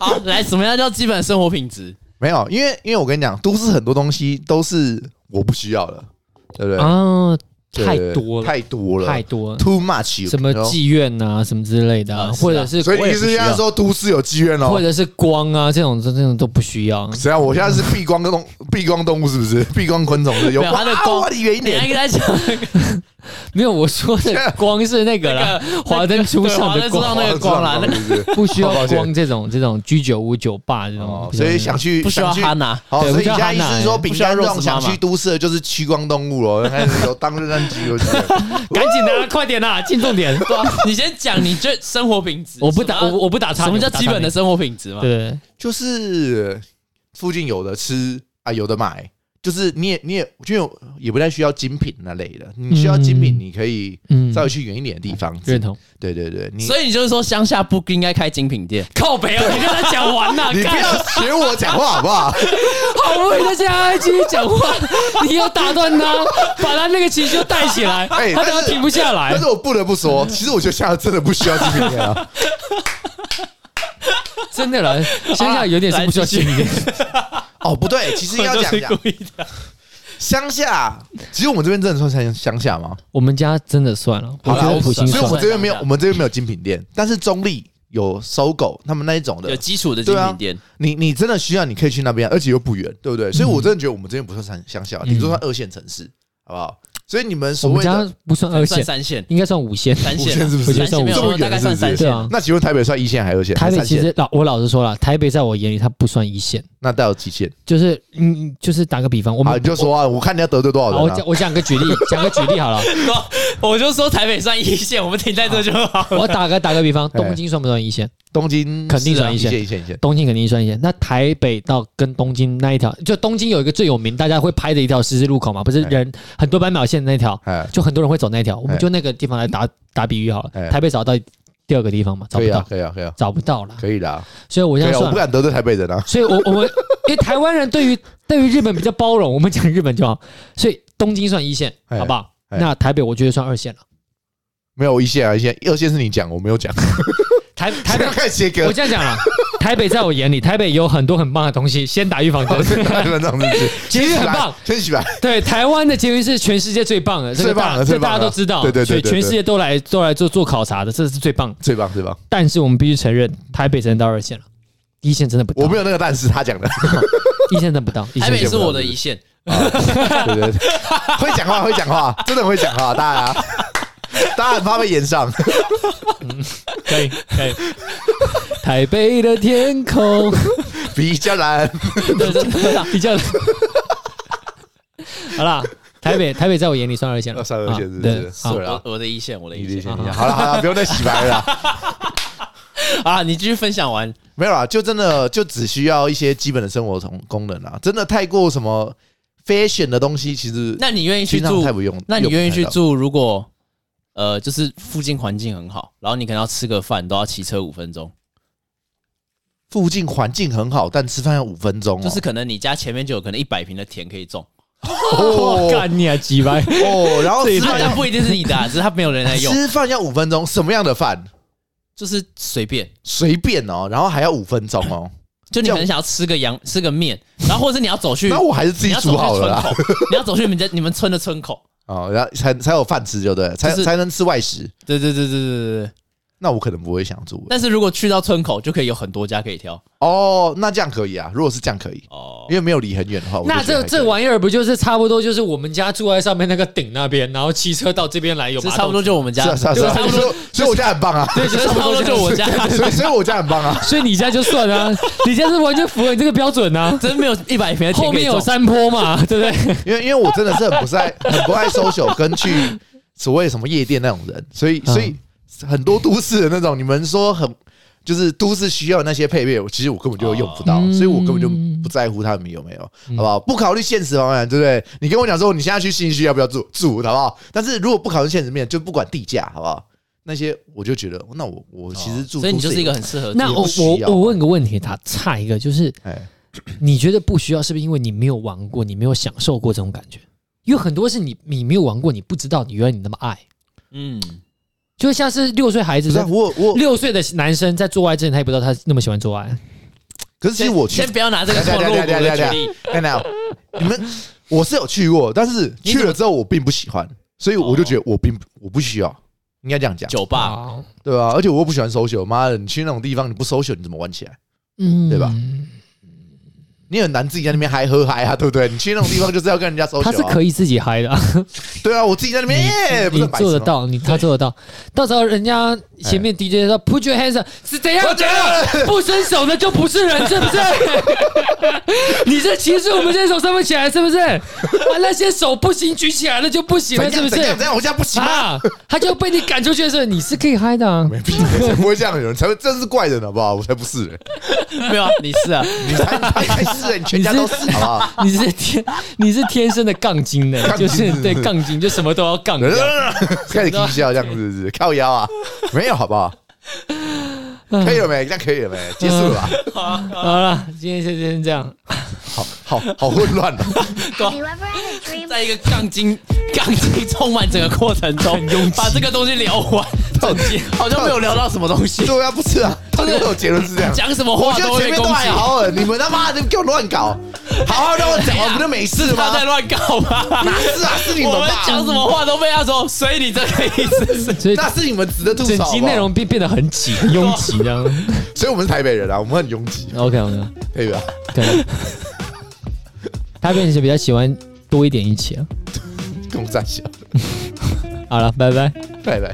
Speaker 2: 好，来，什么样叫基本生活品质？
Speaker 1: 没有，因为因为我跟你讲，都市很多东西都是我不需要的，对不对？
Speaker 3: 啊，
Speaker 1: 对
Speaker 3: 太多了，
Speaker 1: 太多了，
Speaker 3: 太多了，
Speaker 1: too much，
Speaker 3: 什么
Speaker 1: you know？
Speaker 3: 妓院啊，什么之类的啊，
Speaker 2: 啊是啊
Speaker 3: 或者是
Speaker 1: 所以
Speaker 3: 我也
Speaker 1: 你
Speaker 3: 不
Speaker 1: 是
Speaker 3: 需
Speaker 1: 现
Speaker 3: 要
Speaker 1: 在说都市有妓院
Speaker 3: 或
Speaker 1: 哦？
Speaker 3: 者是光啊，这种这这种都不需要。
Speaker 1: 怎样？我现在是避光动 (laughs) 闭光动物是不是？闭光昆虫是不是有
Speaker 2: 没有它的
Speaker 1: 啊
Speaker 2: 光
Speaker 1: 我离远一
Speaker 2: 你还
Speaker 1: 点。
Speaker 2: 跟他讲那个
Speaker 3: 没有，我说
Speaker 1: (laughs)
Speaker 3: 的光是那个啦，华灯初
Speaker 2: 对
Speaker 3: 上
Speaker 2: 华
Speaker 3: 的
Speaker 2: 灯初
Speaker 3: 光，
Speaker 2: 上那个光啦，那
Speaker 1: 哦是不是？
Speaker 3: 不需要
Speaker 1: 好抱歉
Speaker 3: 光这种这种居酒屋、酒吧这种
Speaker 1: 哦，，
Speaker 3: 这种
Speaker 1: 所以想去
Speaker 2: 不需要
Speaker 1: 想去
Speaker 2: 哈娜，
Speaker 1: 好，
Speaker 3: 对
Speaker 1: 所以
Speaker 3: 不
Speaker 1: 你
Speaker 3: 需要
Speaker 1: 现在意思是说，
Speaker 3: 哈娜
Speaker 1: 饼干这种想
Speaker 2: 不需要肉丝妈
Speaker 1: 去
Speaker 2: 妈
Speaker 1: 都市的，就是趋光动物了，开始有当热战机了。
Speaker 3: 赶紧的，快点啦，进重
Speaker 1: (laughs)
Speaker 3: 点。
Speaker 2: 对啊你先讲，你这生活品质，
Speaker 3: 我不打，
Speaker 2: 什么
Speaker 3: 我我不打岔。
Speaker 2: 什么叫
Speaker 3: 我不打
Speaker 2: 基本的
Speaker 3: 岔？
Speaker 2: 生活品质嘛？
Speaker 3: 对对，对
Speaker 1: 就是附近有的吃啊，有的买，就是你也你也因为也不太需要精品那类的，你需要精品，
Speaker 3: 嗯
Speaker 1: 你可以
Speaker 3: 嗯
Speaker 1: 稍，微去远一点的地方。
Speaker 3: 认同。
Speaker 1: 对对对，你
Speaker 2: 所以你就是说，乡下不应该开精品店，
Speaker 3: 靠北哦，你跟他讲完了，
Speaker 1: 你不
Speaker 3: 干
Speaker 1: 要学我讲话好不好？
Speaker 3: (laughs) 好不容易他现在还继续讲话，你要打断他，把他那个情绪带起来，
Speaker 1: 哎
Speaker 3: 他等下
Speaker 1: 但是
Speaker 3: 停不下来
Speaker 1: 但。是我不得不说，其实我觉得现在真的不需要精品店啊。
Speaker 3: 真的啦，乡下有点是不需要心理的，
Speaker 1: 哦，不对，其实应该要
Speaker 2: 我就
Speaker 1: 讲
Speaker 2: 是
Speaker 1: 讲
Speaker 2: 故意的。
Speaker 1: 乡下，其实我们这边真的算乡乡下吗？
Speaker 3: 我们家真的算了，我
Speaker 1: 好
Speaker 3: 觉
Speaker 1: 啦
Speaker 3: 得普
Speaker 1: 所以
Speaker 3: 心
Speaker 1: 我
Speaker 3: 算
Speaker 1: 们
Speaker 2: 算
Speaker 1: 这边没有，
Speaker 2: 乡下
Speaker 1: 我们这边没有精品店，但是中立有搜狗他们那一种
Speaker 2: 有
Speaker 1: 的，
Speaker 2: 基础的精品店，
Speaker 1: 你你真的需要，你可以去那边，而且又不远，对不对？所以我真的觉得我们这边不算乡乡下，
Speaker 3: 嗯
Speaker 1: 你说算二线城市，好不好？所以你们
Speaker 3: 我
Speaker 1: 所
Speaker 3: 们
Speaker 1: 谓
Speaker 3: 家
Speaker 1: 的，
Speaker 3: 不算二
Speaker 2: 算
Speaker 3: 线，
Speaker 2: 三线，
Speaker 3: 应该算五线。
Speaker 2: 三
Speaker 1: 五线
Speaker 2: 线啊
Speaker 1: 是不是
Speaker 3: 我觉得
Speaker 2: 三
Speaker 3: 算
Speaker 2: 线没
Speaker 3: 五
Speaker 1: 这
Speaker 2: 有，
Speaker 1: 么远
Speaker 2: 大概算
Speaker 1: 是不是
Speaker 2: 三
Speaker 3: 对
Speaker 2: 线。
Speaker 3: 啊，
Speaker 1: 那请问台北算一线还是二线？
Speaker 3: 台北
Speaker 1: 还是
Speaker 3: 其
Speaker 1: 三线
Speaker 3: 实老我老实说了，台北在我眼里它不算一线，
Speaker 1: 那到底几线？
Speaker 3: 就是嗯，就是打个比方，我
Speaker 1: 好，
Speaker 3: 们
Speaker 1: 你就说啊，我看你要得罪多
Speaker 3: 好，
Speaker 1: 少
Speaker 3: 我
Speaker 1: 人啊
Speaker 3: 讲？我讲
Speaker 1: (laughs)
Speaker 3: 个举例，讲个举例好了，
Speaker 2: (laughs) 我就说台北算一线，我们停在这就好。
Speaker 3: 我打个打个比方，
Speaker 1: 哎
Speaker 3: 东京算不算一线？
Speaker 1: 东京啊
Speaker 3: 肯定算
Speaker 1: 一
Speaker 3: 一线
Speaker 1: 一线一线。
Speaker 3: 东京肯定算一线。那台北到跟东京那一条，就东京有一个最有名，大家会拍的一条十字路口嘛，不是
Speaker 1: 哎
Speaker 3: 人很多斑马线那条，
Speaker 1: 哎，
Speaker 3: 就很多人会走那条。我们
Speaker 1: 哎
Speaker 3: 就那个地方来打打比喻好
Speaker 1: 哎
Speaker 3: 了，台北找到第二个地方嘛，找
Speaker 1: 可
Speaker 3: 不
Speaker 1: 以啊
Speaker 3: 到，，
Speaker 1: 可以啊，可以啊，
Speaker 3: 找不到了。
Speaker 1: 可以的啊。
Speaker 3: 所以我现
Speaker 1: 对啊，
Speaker 3: 在
Speaker 1: 我
Speaker 3: 算
Speaker 1: 不
Speaker 3: 了，
Speaker 1: 敢得罪台北人啊。
Speaker 3: 所以我
Speaker 1: (laughs)
Speaker 3: 我们因为台湾人对于对于日本比较包容，我们讲日本就好。所以东京算一线，
Speaker 1: 哎
Speaker 3: 好不好？
Speaker 1: 哎
Speaker 3: 那台北我觉得算二线了。
Speaker 1: 没有一线啊，一线二线是你讲，我没有讲。
Speaker 3: 台
Speaker 1: (laughs)
Speaker 3: 台北
Speaker 1: 要看切
Speaker 3: 我
Speaker 1: 割，
Speaker 3: 这样讲了，台北在我眼里，台北有很多很棒的东西，先打预防针
Speaker 1: 我。 (laughs) 是台湾这样子。
Speaker 3: 捷运很棒，
Speaker 1: 先起来，
Speaker 3: (laughs) 对，台湾的捷运是全世界最棒的，这个
Speaker 1: 最
Speaker 3: 大
Speaker 1: 棒的
Speaker 3: 这
Speaker 1: 最棒
Speaker 3: 大
Speaker 1: 的
Speaker 3: 家都知道，
Speaker 1: 对对对对对
Speaker 3: 全全世界都来都来做做考察的，这是最棒。
Speaker 1: 最棒最棒。
Speaker 3: 但是我们必须承认，台北真的到二线了，一线真的不到
Speaker 1: 我，没有那个，但是他讲的，
Speaker 3: (laughs) 一线真的不到，一
Speaker 2: 台
Speaker 3: 线
Speaker 2: 北是我的一线，
Speaker 1: 啊对对对，会讲话会讲 (laughs) 话，真的很会讲话，大家。大家很怕被延上， (laughs)
Speaker 3: 可以可以。台北的天空，
Speaker 1: 比较难。
Speaker 3: (laughs) 对真的比较。 (laughs) 好啦，台北台北在我眼里算二线了，
Speaker 1: 哦算二线是不是
Speaker 3: 啊对，
Speaker 1: 是
Speaker 3: 好
Speaker 1: 对
Speaker 2: 我
Speaker 1: 啦，
Speaker 2: 我的一线，我的
Speaker 1: 你
Speaker 2: 一
Speaker 1: 理解
Speaker 2: 线
Speaker 1: 理解。好了好了，不用再洗白了啦，
Speaker 2: 啊！你继续分享完，
Speaker 1: 没有啦，就真的就只需要一些基本的生活功功能啊啦，真的太过什么 fashion 的东西，其实
Speaker 2: 那你愿意去
Speaker 1: 平常
Speaker 2: 住
Speaker 1: 太不用。
Speaker 2: 那你
Speaker 1: 用不
Speaker 2: 愿意
Speaker 1: 太
Speaker 2: 去
Speaker 1: 到？
Speaker 2: 住？如果呃，就是附近环境很好，然后你可能要吃个饭都要骑车五分钟，
Speaker 1: 附近环境很好，但吃饭要五分钟哦，
Speaker 2: 就是可能你家前面就有可能一百平的田可以种，
Speaker 3: 我
Speaker 1: 哦
Speaker 3: 干你啊，鸡掰！
Speaker 1: 哦，然后吃
Speaker 2: 那
Speaker 1: 饭
Speaker 2: 但
Speaker 1: 要
Speaker 2: 不一定是你的、啊，只是他没有人来用，
Speaker 1: 吃饭要五分钟，什么样的饭
Speaker 2: 就是随便。
Speaker 1: 随便哦，然后还要五分钟哦，
Speaker 2: 就你可能想要吃个羊吃个面，然后或者是你要走去，
Speaker 1: (laughs) 那我还是自己
Speaker 2: 你要走
Speaker 1: 煮
Speaker 2: 去
Speaker 1: 好了
Speaker 2: 村
Speaker 1: 啦。
Speaker 2: 口，你要走去你们家你们村的村口，
Speaker 1: 哦，然后才才有饭吃，就对了，才、
Speaker 2: 就是
Speaker 1: 才能吃外食。
Speaker 2: 对对对对对对对。
Speaker 1: 那我可能不会想住
Speaker 2: 但是如果去到村口，就可以有很多家可以挑
Speaker 1: 哦，那这样可以啊。如果是这样可以，
Speaker 2: 哦
Speaker 1: 因。为没有离很远的话，我就
Speaker 3: 那
Speaker 1: 觉得
Speaker 3: 这
Speaker 1: 还
Speaker 3: 这
Speaker 1: 可以
Speaker 3: 玩意儿不就是差不多就是我们家住在上面那个顶那边，然后骑车到这边来有
Speaker 2: 这
Speaker 3: 马
Speaker 2: 差不多
Speaker 3: 桶，
Speaker 2: 就我们家
Speaker 1: 是，啊是啊是
Speaker 2: 就
Speaker 1: 啊，
Speaker 2: 差
Speaker 1: 所
Speaker 2: 不
Speaker 1: 以
Speaker 2: 多
Speaker 1: 说所以我家
Speaker 2: (laughs)
Speaker 1: 很棒啊，
Speaker 3: 对，
Speaker 2: 这差不多就我家， (laughs)
Speaker 1: 所以所以我家很棒啊。
Speaker 3: 所以你家就算啊，你家是完全符合你这个标准啊。
Speaker 2: 真没有一百平的
Speaker 3: 后
Speaker 2: 田可
Speaker 3: 面
Speaker 2: 以
Speaker 3: 有
Speaker 2: 种。
Speaker 3: 山坡嘛，对不对？
Speaker 1: 因为因为我真的是很不爱很不爱 social 跟去所谓什么夜店那种人，所以
Speaker 3: 嗯
Speaker 1: 所以很多都市的那种，你们说很就是都市需要那些配备，我其实我根本就用不到，
Speaker 3: 哦
Speaker 1: 所以
Speaker 2: 嗯
Speaker 1: 我根本就不在乎他们有没有，
Speaker 3: 嗯
Speaker 1: 好不好？不考虑现实方面，对不对？你跟我讲说你现在去新区要不要住住，好不好？但是如果不考虑现实面，就不管地价，好不好？那些我就觉得，那我我哦其实住，
Speaker 2: 哦所以你就是一个，很适合住。
Speaker 3: 那我
Speaker 1: 不需
Speaker 3: 我
Speaker 1: 要啊
Speaker 3: 我问个问题，他差一个，就是
Speaker 1: 哎，
Speaker 3: 你觉得不需要，是不是因为你没有玩过，你没有享受过这种感觉？因为很多是你你没有玩过，你不知道你原来你那么爱。
Speaker 2: 嗯，
Speaker 3: 就像是六岁孩子
Speaker 1: 不是
Speaker 3: 在
Speaker 1: 啊我我，
Speaker 3: 六岁的男生在做爱之前，他也不知道他那么喜欢做爱。
Speaker 1: 可是其实我去
Speaker 2: 先不要拿这个做
Speaker 1: 等一下
Speaker 2: 落
Speaker 1: 等
Speaker 2: 骨
Speaker 1: 一下等一下
Speaker 2: 的举
Speaker 1: 等一
Speaker 2: 例，
Speaker 1: 看到哎你们，我是有去过，但是
Speaker 2: 你
Speaker 1: 去
Speaker 2: 怎么
Speaker 1: 了之后我并不喜欢，所以我就觉
Speaker 3: 哦
Speaker 1: 得我并不我不需要，应该这样讲，
Speaker 2: (laughs) 酒吧
Speaker 3: 哇，
Speaker 1: 对吧？而且我又不喜欢 social，妈的，你去那种地方你不 social 你怎么玩起来？
Speaker 3: 嗯
Speaker 1: 对吧？你很难自己在那边嗨喝嗨啊，对不对？你去那种地方就是要跟人家 social，、啊、
Speaker 3: 他是可以自己嗨的啊、
Speaker 1: 对啊，我自己在那边，耶不
Speaker 3: 你
Speaker 1: 是白痴啊
Speaker 3: 做得
Speaker 1: 吗？哎
Speaker 3: 到，你他做得到。到时候人家前面 DJ 说 “Put your hands up” 是怎样
Speaker 1: 我
Speaker 3: 怎
Speaker 1: 觉
Speaker 3: 样，
Speaker 1: 得
Speaker 3: 不伸手的就不是人，是
Speaker 1: (laughs)
Speaker 3: 不是？你是歧视我们这种身份起来，是不是？把那些手不行举起来了就不行了，
Speaker 1: 怎
Speaker 3: 是
Speaker 1: 样
Speaker 3: 不
Speaker 1: 怎样
Speaker 3: 是
Speaker 1: 怎？样，我现在不行吗？
Speaker 3: 啊，他就被你赶出去的时候，你是可以嗨的啊。
Speaker 1: 没必要，才不会这样的人，才会真是怪人好不好？我才不是人，
Speaker 2: (laughs) 没有啊，你是啊，
Speaker 1: 你才你才是人，你全家都是好不好？
Speaker 3: 你是天，你是天生的杠精的，
Speaker 1: (laughs) 杠
Speaker 3: 就
Speaker 1: 精
Speaker 3: 是
Speaker 1: 是不是
Speaker 3: 对杠精，就什么都要杠掉。
Speaker 1: (laughs) 开始踢笑这样子是不
Speaker 2: (laughs)
Speaker 1: 是靠腰啊，没有好不好？可以了没？这样可以了没？结束了吧？
Speaker 3: 好了，今天先先这样。
Speaker 1: 好好好混乱啊的，
Speaker 2: Have
Speaker 4: you ever had a
Speaker 2: (laughs)
Speaker 4: dream?
Speaker 2: 在一个杠精杠精充满整个过程中，把这个东西聊
Speaker 1: (laughs)
Speaker 2: 完，整集好像没有聊到什么东西，
Speaker 1: 对啊，不是啊，到底为什么结论是这样？
Speaker 2: (laughs) 讲什么
Speaker 1: 我
Speaker 2: 话
Speaker 1: 觉
Speaker 2: 都
Speaker 1: 得前
Speaker 2: 会被
Speaker 1: 面
Speaker 2: 攻
Speaker 1: 都还
Speaker 2: 击。
Speaker 1: 好，啊你们他妈的给我乱搞，好好让我讲完不就没事
Speaker 2: 是
Speaker 1: 了
Speaker 2: 他在
Speaker 1: 吗？
Speaker 2: 乱搞吧？
Speaker 1: 哪是啊？ (laughs) 是你
Speaker 2: 我
Speaker 1: 们
Speaker 2: 们讲什
Speaker 1: 吧？
Speaker 2: 么话都被他说，所以你这个意思是？
Speaker 3: 所以
Speaker 1: 那是你们值得吐槽
Speaker 3: 整
Speaker 1: 好不好。
Speaker 3: 集内容变变得很挤，很拥挤
Speaker 1: (laughs)
Speaker 3: 这样。
Speaker 1: 所以我们是台北人啊，我们很拥挤，
Speaker 3: OK OK，
Speaker 1: 可以吧？
Speaker 3: 可以。他变成比较喜欢多一点一起啊。
Speaker 1: 跟我站起来，
Speaker 3: 好了，拜拜。
Speaker 1: 拜拜。